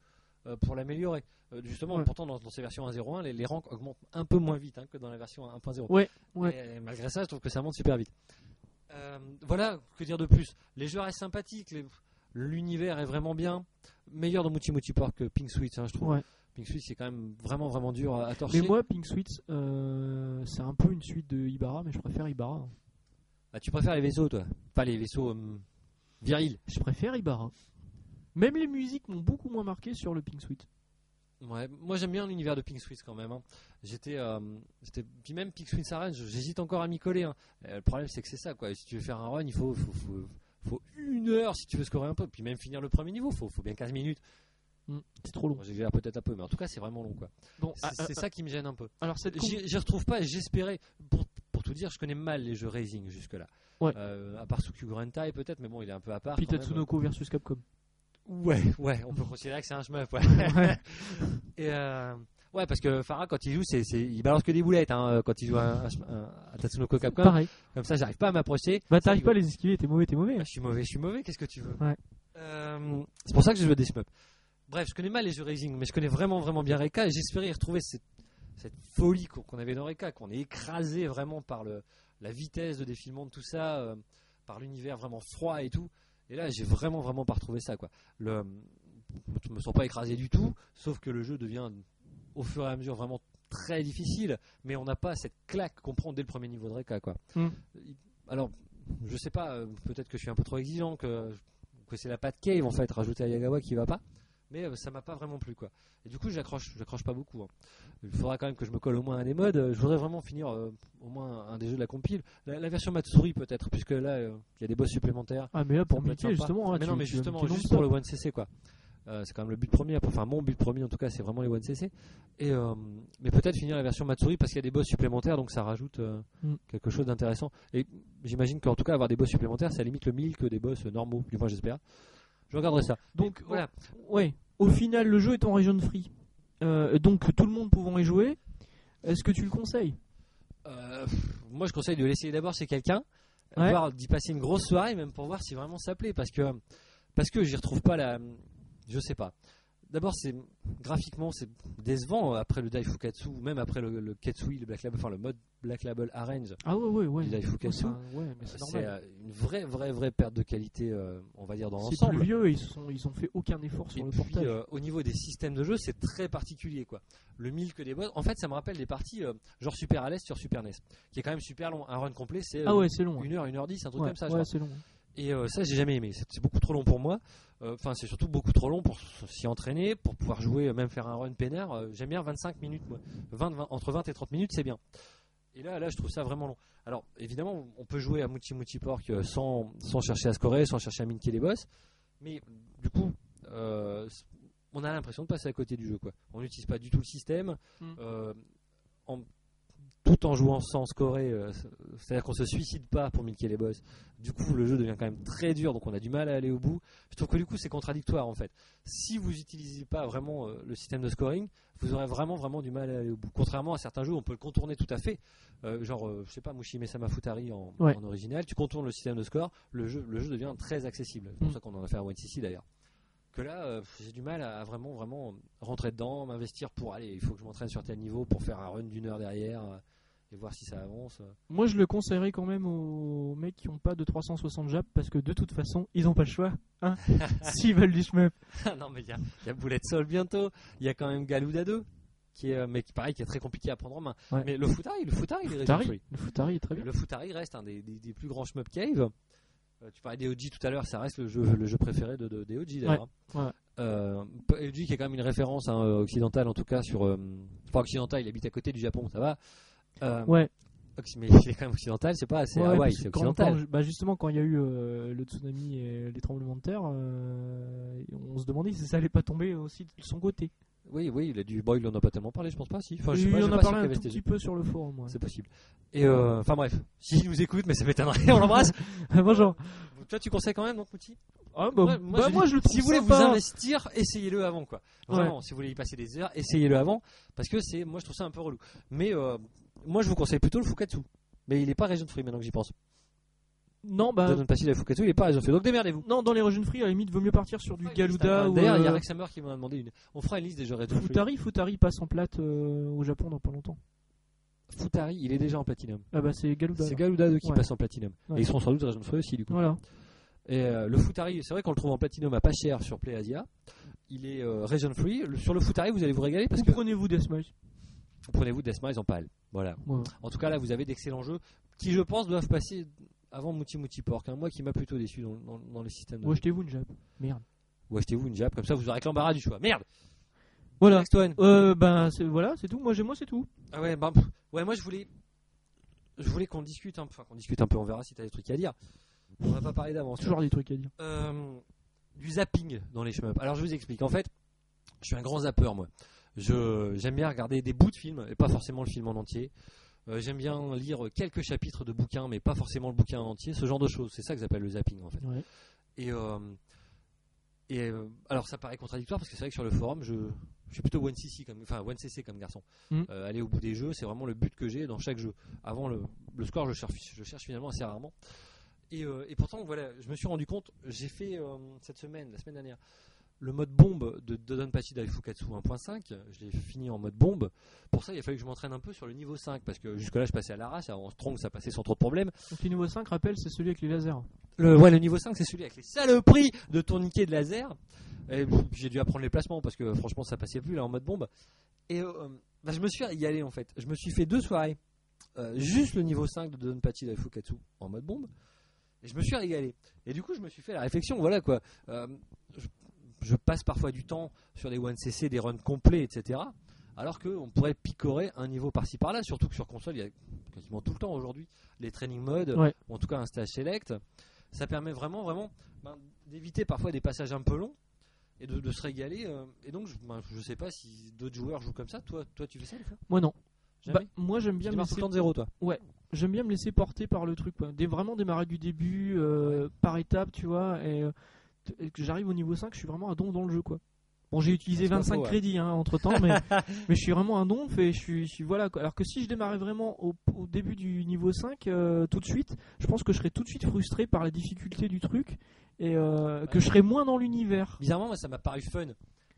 euh, pour l'améliorer. Euh, justement, Ouais. pourtant, dans, dans ces versions 1.01, les, les ranks augmentent un peu moins vite hein, que dans la version 1.0. Ouais, ouais. Et euh, malgré ça, je trouve que ça monte super vite. Euh, voilà, que dire de plus Les jeux restent sympathiques, les- l'univers est vraiment bien. Meilleur dans Mouti Mouti Park que Pink Switch, hein, je trouve. Ouais. Pink Switch, c'est quand même vraiment, vraiment dur à, à torcher. Mais moi, Pink Sweets, euh, c'est un peu une suite de Ibarra, mais je préfère Ibarra. hein. Ah, tu préfères les vaisseaux, toi Pas les vaisseaux euh, virils. Je préfère Ibarra. Même les musiques m'ont beaucoup moins marqué sur le Pink Sweet. Ouais, moi j'aime bien l'univers de Pink Switch quand même. hein. J'étais, euh, j'étais- puis même Pink Switch Arena, je- j'hésite encore à m'y coller. hein. Euh, le problème c'est que c'est ça quoi. Si tu veux faire un run, il faut, faut, faut, faut une heure si tu veux scorer un peu. Puis même finir le premier niveau, faut, faut bien 15 minutes. C'est trop long. Ah, Bon, j'exagère peut-être un peu, mais en tout cas c'est vraiment long quoi. Bon, C'est, c'est ça qui me gêne un peu. alors cette J'y, j'y retrouve pas. et J'espérais, pour, pour tout dire, je connais mal les jeux racing jusque là. Ouais. à part Tsukuba Hentai peut-être, mais bon, il est un peu à part. quand même. Pitatsunoko versus Capcom. Ouais, ouais, on peut considérer que c'est un shmup, ouais. Et euh, ouais, parce que Farah, quand il joue, c'est, c'est- il balance que des boulettes hein, euh, quand il joue à, à, à Tatsunoko Capcom. Pareil. Comme ça, j'arrive pas à m'approcher. Bah Ça t'arrives rigole. pas à les esquiver, t'es mauvais, t'es mauvais. Ah, Je suis mauvais, je suis mauvais, qu'est-ce que tu veux Ouais. Euh, C'est pour ça que je joue à des shmups. Bref, je connais mal les jeux Racing, mais je connais vraiment, vraiment bien Reka et j'espérais y retrouver cette, cette folie qu'on qu'on avait dans Reka, qu'on est écrasé vraiment par le, la vitesse de défilement de tout ça, euh, par l'univers vraiment froid et tout. Et là, j'ai vraiment, vraiment pas retrouvé ça. Quoi. Le, je me sens pas écrasé du tout, sauf que le jeu devient au fur et à mesure vraiment très difficile, mais on n'a pas cette claque qu'on prend dès le premier niveau de Reka. Quoi. Mm. Alors, je sais pas, euh, peut-être que je suis un peu trop exigeant, que, que c'est la patte cave en fait, rajoutée à Yagawa qui va pas, mais euh, ça m'a pas vraiment plu quoi. Et du coup, j'accroche, j'accroche pas beaucoup. hein. Il faudra quand même que je me colle au moins à des modes. euh, Je voudrais vraiment finir euh, au moins un des jeux de la compile. La, la version Matsuri peut-être, puisque là, euh, il y a des boss supplémentaires. Ah mais là Ça pour peut être Mickey sympa. justement, là, mais tu- non, mais tu vas justement, monter juste non-stop. pour le 1cc quoi. Euh, c'est quand même le but premier, enfin mon but premier en tout cas, c'est vraiment les 1cc. Et, euh, mais peut-être finir la version Matsuri parce qu'il y a des boss supplémentaires, donc ça rajoute euh, Mm. quelque chose d'intéressant. Et j'imagine qu'en tout cas, avoir des boss supplémentaires, ça limite le mille que des boss normaux, du moins j'espère. Je regarderai ça. Donc oh, Mais voilà, ouais. Au final, le jeu est en region free, Euh, donc tout le monde pouvant y jouer. Est-ce que tu le conseilles Euh, pff, moi je conseille de l'essayer d'abord chez quelqu'un, Ouais. voire d'y passer une grosse soirée même pour voir si vraiment ça plaît parce que parce que j'y retrouve pas la je sais pas. D'abord c'est graphiquement c'est décevant après le Daifukatsu, même après le, le Ketsui, le Black Label, enfin le mode Black Label Arrange, Ah ouais ouais ouais. Il a eu Fukatsu. Enfin, ouais, mais c'est c'est normal. euh, une vraie vraie vraie perte de qualité euh, on va dire dans C'est plus l'ensemble. vieux et ils se sont ils ont fait aucun effort sur Et le puis, portage. euh, au niveau des systèmes de jeu, c'est très particulier, quoi. Le milk des boss, en fait, ça me rappelle des parties euh, genre Super à l'Est sur Super NES, qui est quand même super long. Un run complet, c'est ah euh, ouais, c'est long. ouais. une heure, une heure dix, un truc Ouais, comme ça. je ouais, crois. c'est long. Et euh, ça, j'ai jamais aimé. C'est c'est beaucoup trop long pour moi. Euh, Enfin, c'est surtout beaucoup trop long pour s- s'y entraîner, pour pouvoir jouer, euh, même faire un run peinard. Euh, J'aime bien 25 minutes, moi. 20, 20 entre 20 et 30 minutes, c'est bien. Et là, là, je trouve ça vraiment long. Alors, évidemment, on peut jouer à Mouti Mouti Pork euh, sans, sans chercher à scorer, sans chercher à minker les boss. Mais du coup, euh, c- on a l'impression de passer à côté du jeu. Quoi. On n'utilise pas du tout le système. Mm. euh, en- tout en jouant sans scorer, euh, c- c'est-à-dire qu'on se suicide pas pour milquer les boss. Du coup, le jeu devient quand même très dur, donc on a du mal à aller au bout. Je trouve que du coup, c'est contradictoire en fait. Si vous n'utilisez pas vraiment euh, le système de scoring, vous aurez vraiment vraiment du mal à aller au bout. Contrairement à certains jeux, on peut le contourner tout à fait. Euh, genre, euh, je sais pas, Mushi Mesama Futari en, Ouais. en original, tu contournes le système de score, le jeu, le jeu devient très accessible. C'est pour Mm. ça qu'on en a fait à One CC d'ailleurs. Que là, euh, j'ai du mal à, à vraiment vraiment rentrer dedans, m'investir pour aller. Il faut que je m'entraîne sur tel niveau pour faire un run d'une heure derrière euh, et voir si ça avance. euh. Moi, je le conseillerais quand même aux mecs qui n'ont pas de 360 Jap parce que de toute façon, ils n'ont pas le choix. Hein S'ils veulent du shmup. Ah non, mais il y a, il y a Bullet Soul bientôt. Il y a quand même Galouda 2, qui est, euh, mais qui, pareil, qui est très compliqué à prendre en main. Ouais. Mais le Futari, le Futari, il est Futari. réussi. Le Futari est très bien. Le Futari reste un des, des- des plus grands shmup cave. Euh, tu parlais des OG tout à l'heure, ça reste le jeu, le jeu préféré de, de- des OG d'ailleurs. Ouais, ouais. Euh, OG qui est quand même une référence hein, occidentale en tout cas sur. euh, enfin, occidentale, il habite à côté du Japon, ça va. Euh, Ouais, Occ- Mais il est quand même occidental, c'est pas assez Ouais, Hawaï, parce c'est que quand- occidental. quand- bah, justement, quand il y a eu euh, le tsunami et les tremblements de terre, euh, on se demandait si ça allait pas tomber aussi de son côté. Oui, oui, il a dû. Bon, il en a pas tellement parlé, je pense pas. Si. Enfin, je sais Et pas, il j'ai en a pas sûr parlé un tout qu'il avait petit été- peu sur le forum. ouais. Hein, C'est possible. Et euh, enfin bref, s'il nous écoute, mais ça m'étonnerait, on l'embrasse. Bonjour. Toi, tu conseilles quand même, donc, Mouti Ah, bah, Ouais, moi, bah, je moi, je le trouve Si vous voulez vous sympa. investir, essayez-le avant, quoi. Vraiment, si vous voulez y passer des heures, essayez-le avant, parce que c'est, moi, je trouve ça un peu relou. Mais euh, moi, je vous conseille plutôt le Fukatsu. Mais il n'est pas région de fruits maintenant que j'y pense. Non, bah, Jordan Passy, le Fukatsu, il n'est pas région de fruits. Donc démerdez-vous. non, dans les régions free, à la limite, vaut mieux partir sur du Galuda ou. D'ailleurs, il y a euh, Rex Hammer qui m'a demandé une. On fera une liste des jeux région de fruits. Futari, Futari passe en plate euh, au Japon dans pas longtemps. Futari, il est déjà en platinum. Ah bah c'est Galuda. C'est alors. Galuda 2 qui Ouais. passe en platinum. Ouais. Et ils seront sans doute région de fruits aussi, du coup. Voilà. Et euh, le Futari, c'est vrai qu'on le trouve en platinum à pas cher sur PlayAsia. Il est euh, region free. Le- sur le Futari, vous allez vous régaler parce Vous que prenez-vous Deathmatch vous prenez-vous Deathmise en pâle. Voilà. Ouais. En tout cas, là, vous avez d'excellents jeux qui, je pense, doivent passer avant Mouti Mouti Pork. hein. Moi qui m'a plutôt déçu dans, dans- dans les systèmes. De... Ou achetez-vous une Jap. Merde. Ou achetez-vous une Jap, comme ça vous aurez que l'embarras du choix. Merde Voilà. Next one. Euh, ben c'est- voilà, c'est tout. Moi j'ai moi c'est tout. Ah ouais, bah, pff, ouais, moi je voulais. Je voulais qu'on discute, un peu- enfin qu'on discute un peu, on verra si t'as des trucs à dire. On va pas parler d'avance. Toujours des trucs à dire. Euh, du zapping dans les shmups. Alors je vous explique. En fait, je suis un grand zappeur moi. Je j'aime bien regarder des bouts de films et pas forcément le film en entier. Euh, j'aime bien lire quelques chapitres de bouquins mais pas forcément le bouquin en entier. Ce genre de choses. C'est ça que j'appelle le zapping en fait. Ouais. Et euh, et euh, alors ça paraît contradictoire parce que c'est vrai que sur le forum je je suis plutôt one cc comme enfin one cc comme garçon. Mhm. Euh, aller au bout des jeux, c'est vraiment le but que j'ai dans chaque jeu. Avant le, le score, je cherche, je cherche finalement assez rarement. Et, euh, et pourtant, voilà, je me suis rendu compte, j'ai fait euh, cette semaine, la semaine dernière, le mode bombe de Dodonpachi Daifukatsu 1.5. Je l'ai fini en mode bombe. Pour ça, il a fallu que je m'entraîne un peu sur le niveau 5 parce que jusque-là, je passais à l'arrache. En strong, ça passait sans trop de problèmes. Donc le niveau 5 rappel, c'est celui avec les lasers. Le, ouais, le niveau 5, c'est celui avec les saloperies de tourniquet de laser. Et puis, j'ai dû apprendre les placements parce que franchement, ça passait plus là en mode bombe. Et euh, bah, je me suis y allé en fait. Je me suis fait deux soirées. Euh, juste le niveau 5 de Donpachi Daifukatsu en mode bombe. Et je me suis régalé. Et du coup, je me suis fait la réflexion. Voilà quoi. Euh, je, je passe parfois du temps sur des 1cc, des runs complets, etc. Alors qu'on pourrait picorer un niveau par-ci par-là. Surtout que sur console, il y a quasiment tout le temps aujourd'hui les training modes, Ouais. ou en tout cas un stage select ça permet vraiment, vraiment ben, d'éviter parfois des passages un peu longs et de, de se régaler. euh, et donc, je, ben, je sais pas si d'autres joueurs jouent comme ça. Toi, toi tu fais ça des fois Moi non. Jamais Bah, moi j'aime Tu bien me démarres tout laisser- le temps de zéro, toi j'aime bien me laisser porter par le truc quoi. Dès- vraiment démarrer du début euh, par étape, tu vois et, euh, t- et que j'arrive au niveau 5, je suis vraiment un don dans le jeu quoi. Bon, j'ai utilisé C'est pas 25 faux, ouais. crédits entre temps, mais, mais je suis vraiment un don. Fait, je suis, je suis- voilà. Quoi. Alors que si je démarrais vraiment au, au début du niveau 5 euh, tout de suite, je pense que je serais tout de suite frustré par la difficulté du truc et euh, que je serais moins dans l'univers. Bizarrement, moi, ça m'a paru fun. Il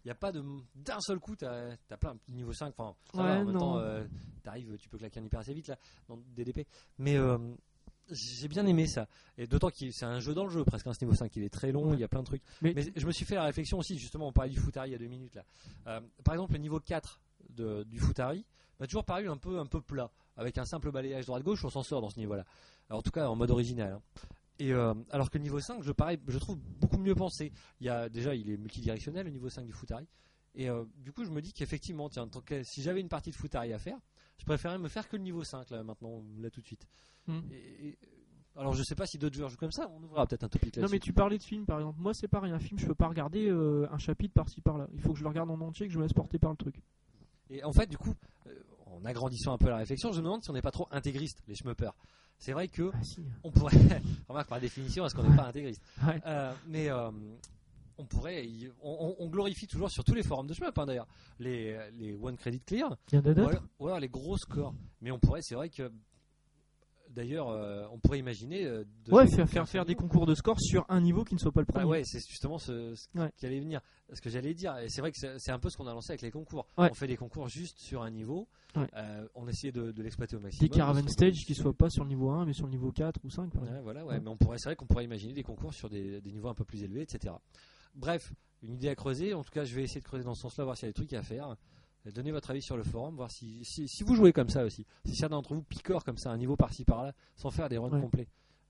n'y a pas de d'un seul coup, t'as as plein niveau 5. Enfin, ça va, Ouais, en même non. temps, euh, t'arrives, tu peux claquer un hyper assez vite là dans DDP. Mais euh, j'ai bien aimé ça. Et d'autant que c'est un jeu dans le jeu presque. hein, ce niveau 5, il est très long, il y a plein de trucs. Mais- Mais, je me suis fait la réflexion aussi. Justement, on parlait du Futari il y a deux minutes là. Euh, par exemple, le niveau 4 de- du Futari m'a toujours paru un peu un peu plat. Avec un simple balayage droite-gauche, on s'en sort dans ce niveau-là. Alors, En tout cas, en mode original. hein. Et euh, alors que le niveau 5, je, pareil, je trouve beaucoup mieux pensé. Il y a, déjà, il est multidirectionnel, le niveau 5 du Futari. Et euh, du coup, je me dis qu'effectivement, tiens, tant que- si j'avais une partie de Futari à faire, je préférais me faire que le niveau 5, là, maintenant, là, tout de suite. Hmm. Et- et- alors, je sais pas si d'autres joueurs jouent comme ça, on ouvrira peut-être un topic Non là-dessus. mais tu parlais de films par exemple. Moi c'est pareil, un film je peux pas regarder euh, un chapitre par-ci par-là. Il faut que je le regarde en entier, que je me laisse porter par le truc. Et en fait, du coup, euh, en agrandissant un peu la réflexion, je me demande si on n'est pas trop intégriste, les schmuppers. C'est vrai que Ah si. on pourrait, remarque par définition, est-ce qu'on n'est pas intégriste Ouais. Euh, Mais euh, on pourrait, y- on, on- on glorifie toujours sur tous les forums de shmup, hein, d'ailleurs, les, les One Credit Clear, Il y en a ou d'autres alors, ou alors les gros scores. Mais on pourrait, c'est vrai que, d'ailleurs, euh, on pourrait imaginer euh, de Ouais, faire, faire, faire, faire des concours de score sur un niveau qui ne soit pas le Bah premier. ouais, c'est justement ce, ce Ouais. qui allait venir, ce que j'allais dire. Et c'est vrai que c'est c'est un peu ce qu'on a lancé avec les concours. Ouais. On fait des concours juste sur un niveau. Ouais. Euh, on essayait de, de l'exploiter au Des maximum. caravan stage qui soient pas sur le niveau 1 mais sur le niveau 4 ou 5. par exemple. Ouais, voilà, ouais. Mais on pourrait, c'est vrai qu'on pourrait imaginer des concours sur des, des niveaux un peu plus élevés, etc. Bref, une idée à creuser. En tout cas, je vais essayer de creuser dans ce sens-là, voir s'il y a des trucs à faire. Donnez votre avis sur le forum, voir si, si, si vous jouez comme ça aussi. Si certains d'entre vous picorent comme ça, un niveau par-ci par-là, sans faire des runs Ouais. complets.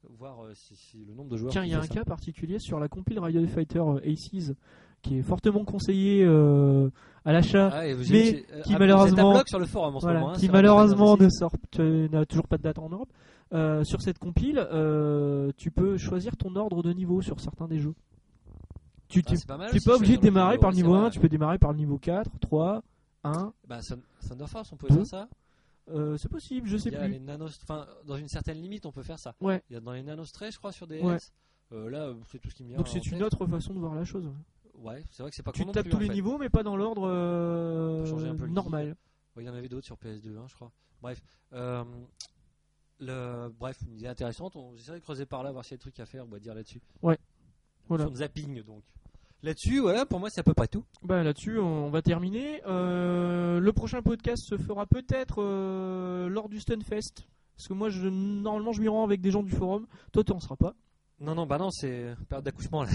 Voir euh, si, si le nombre de joueurs. Tiens, qui il y a fait un ça. cas particulier sur la compile Radio Fighter euh, Aces qui est fortement conseillé euh, à l'achat, Ah, et vous mais avez- euh, qui vous êtes à malheureusement- bloc sur le forum en ce voilà, moment, hein, qui c'est vraiment malheureusement très ne sort, tu n'a toujours pas de date en Europe. Euh, sur cette compile, euh, tu peux choisir ton ordre de niveau sur certains des jeux. Tu intéressant. n'es Ah, c'est pas mal aussi, pas je suis obligé de sur le démarrer par le c'est niveau vrai. 1, tu peux démarrer par le niveau 4, 3, 1. Bah, Thun- Thunder Force, on peut Deux. faire ça. Euh, c'est possible, je sais Il y a plus. les nanos, enfin, dans une certaine limite, on peut faire ça. Ouais. Il y a dans les nanostrays, je crois, sur DS. Ouais. Euh, là, euh, c'est tout ce qui me vient. Donc en c'est une tête. autre façon de voir la chose. ouais. Ouais, c'est vrai que c'est pas con Tu non tapes plus, tous en les fait. niveaux, mais pas dans l'ordre euh, On peut changer un peu le normal. Ouais, il y en avait d'autres sur PS2, hein, je crois. Bref. Euh, le... Bref, une idée intéressante. On... J'essaierai de creuser par là, voir s'il y a des trucs à faire, on va dire là-dessus. Voilà. Sur le zapping, donc. Là-dessus, voilà, pour moi, c'est à peu près tout. Bah là-dessus, on va terminer. Euh, le prochain podcast se fera peut-être euh, lors du Stunfest. Parce que moi, je, normalement, je m'y rends avec des gens du forum. Toi, t'en seras pas. Non, non, bah non, c'est période d'accouchement, là.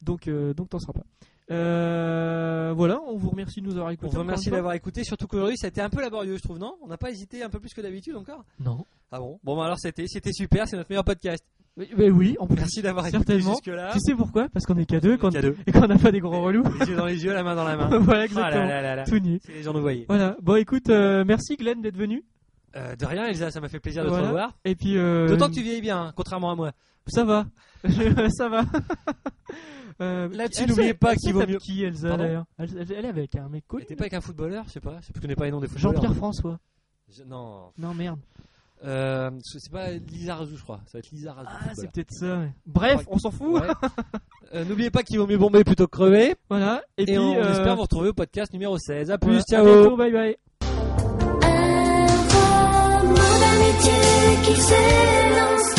Donc, euh, donc t'en seras pas. Euh, voilà, on vous remercie de nous avoir On écoutés. vous remercie encore une d'avoir écouté, surtout qu'aujourd'hui, ça a été un peu laborieux, je trouve, non On n'a pas hésité un peu plus que d'habitude encore fois. Non. Ah bon Bon, bah, alors, c'était c'était super, c'est notre meilleur podcast. Oui, bah oui, en plus. Merci d'avoir écouté Certainement. jusque-là. Tu sais pourquoi Parce qu'on est qu'à deux On qu'on- est qu'à deux. et qu'on n'a pas des gros relous. Les yeux dans les yeux, la main dans la main. voilà, Ah là exactement. là là là. Tout nié. Si les gens nous voyaient. Voilà. Bon, écoute, euh, merci Glenn d'être venu. Euh, de rien, Elsa, ça m'a fait plaisir de Voilà. te revoir. Et puis. euh, D'autant que tu vieillis bien, hein, contrairement à moi. Ça va. ça va. Euh, Là-dessus, elle n'oubliez sait- pas elle qu'il sait vaut avec mieux- Qui Elsa Pardon d'ailleurs elle, elle- elle est avec un mec Mais cool. T'es pas avec un footballeur, je sais pas. Je connais pas les noms des footballeurs. Jean-Pierre François. Je- Non. Non merde. Euh, c'est pas Lisa Razou, je crois. Ça va être Lisa Razou. Ah, c'est footballeur. peut-être ça. ouais. Bref, on s'en fout. Ouais. Euh, N'oubliez pas qu'il vaut mieux bomber plutôt que crever. Voilà. Et, Et, puis on euh, espère vous retrouver au podcast numéro 16. À plus, voilà. ciao. À bientôt, bye bye. Un roman d'amitié qui s'élance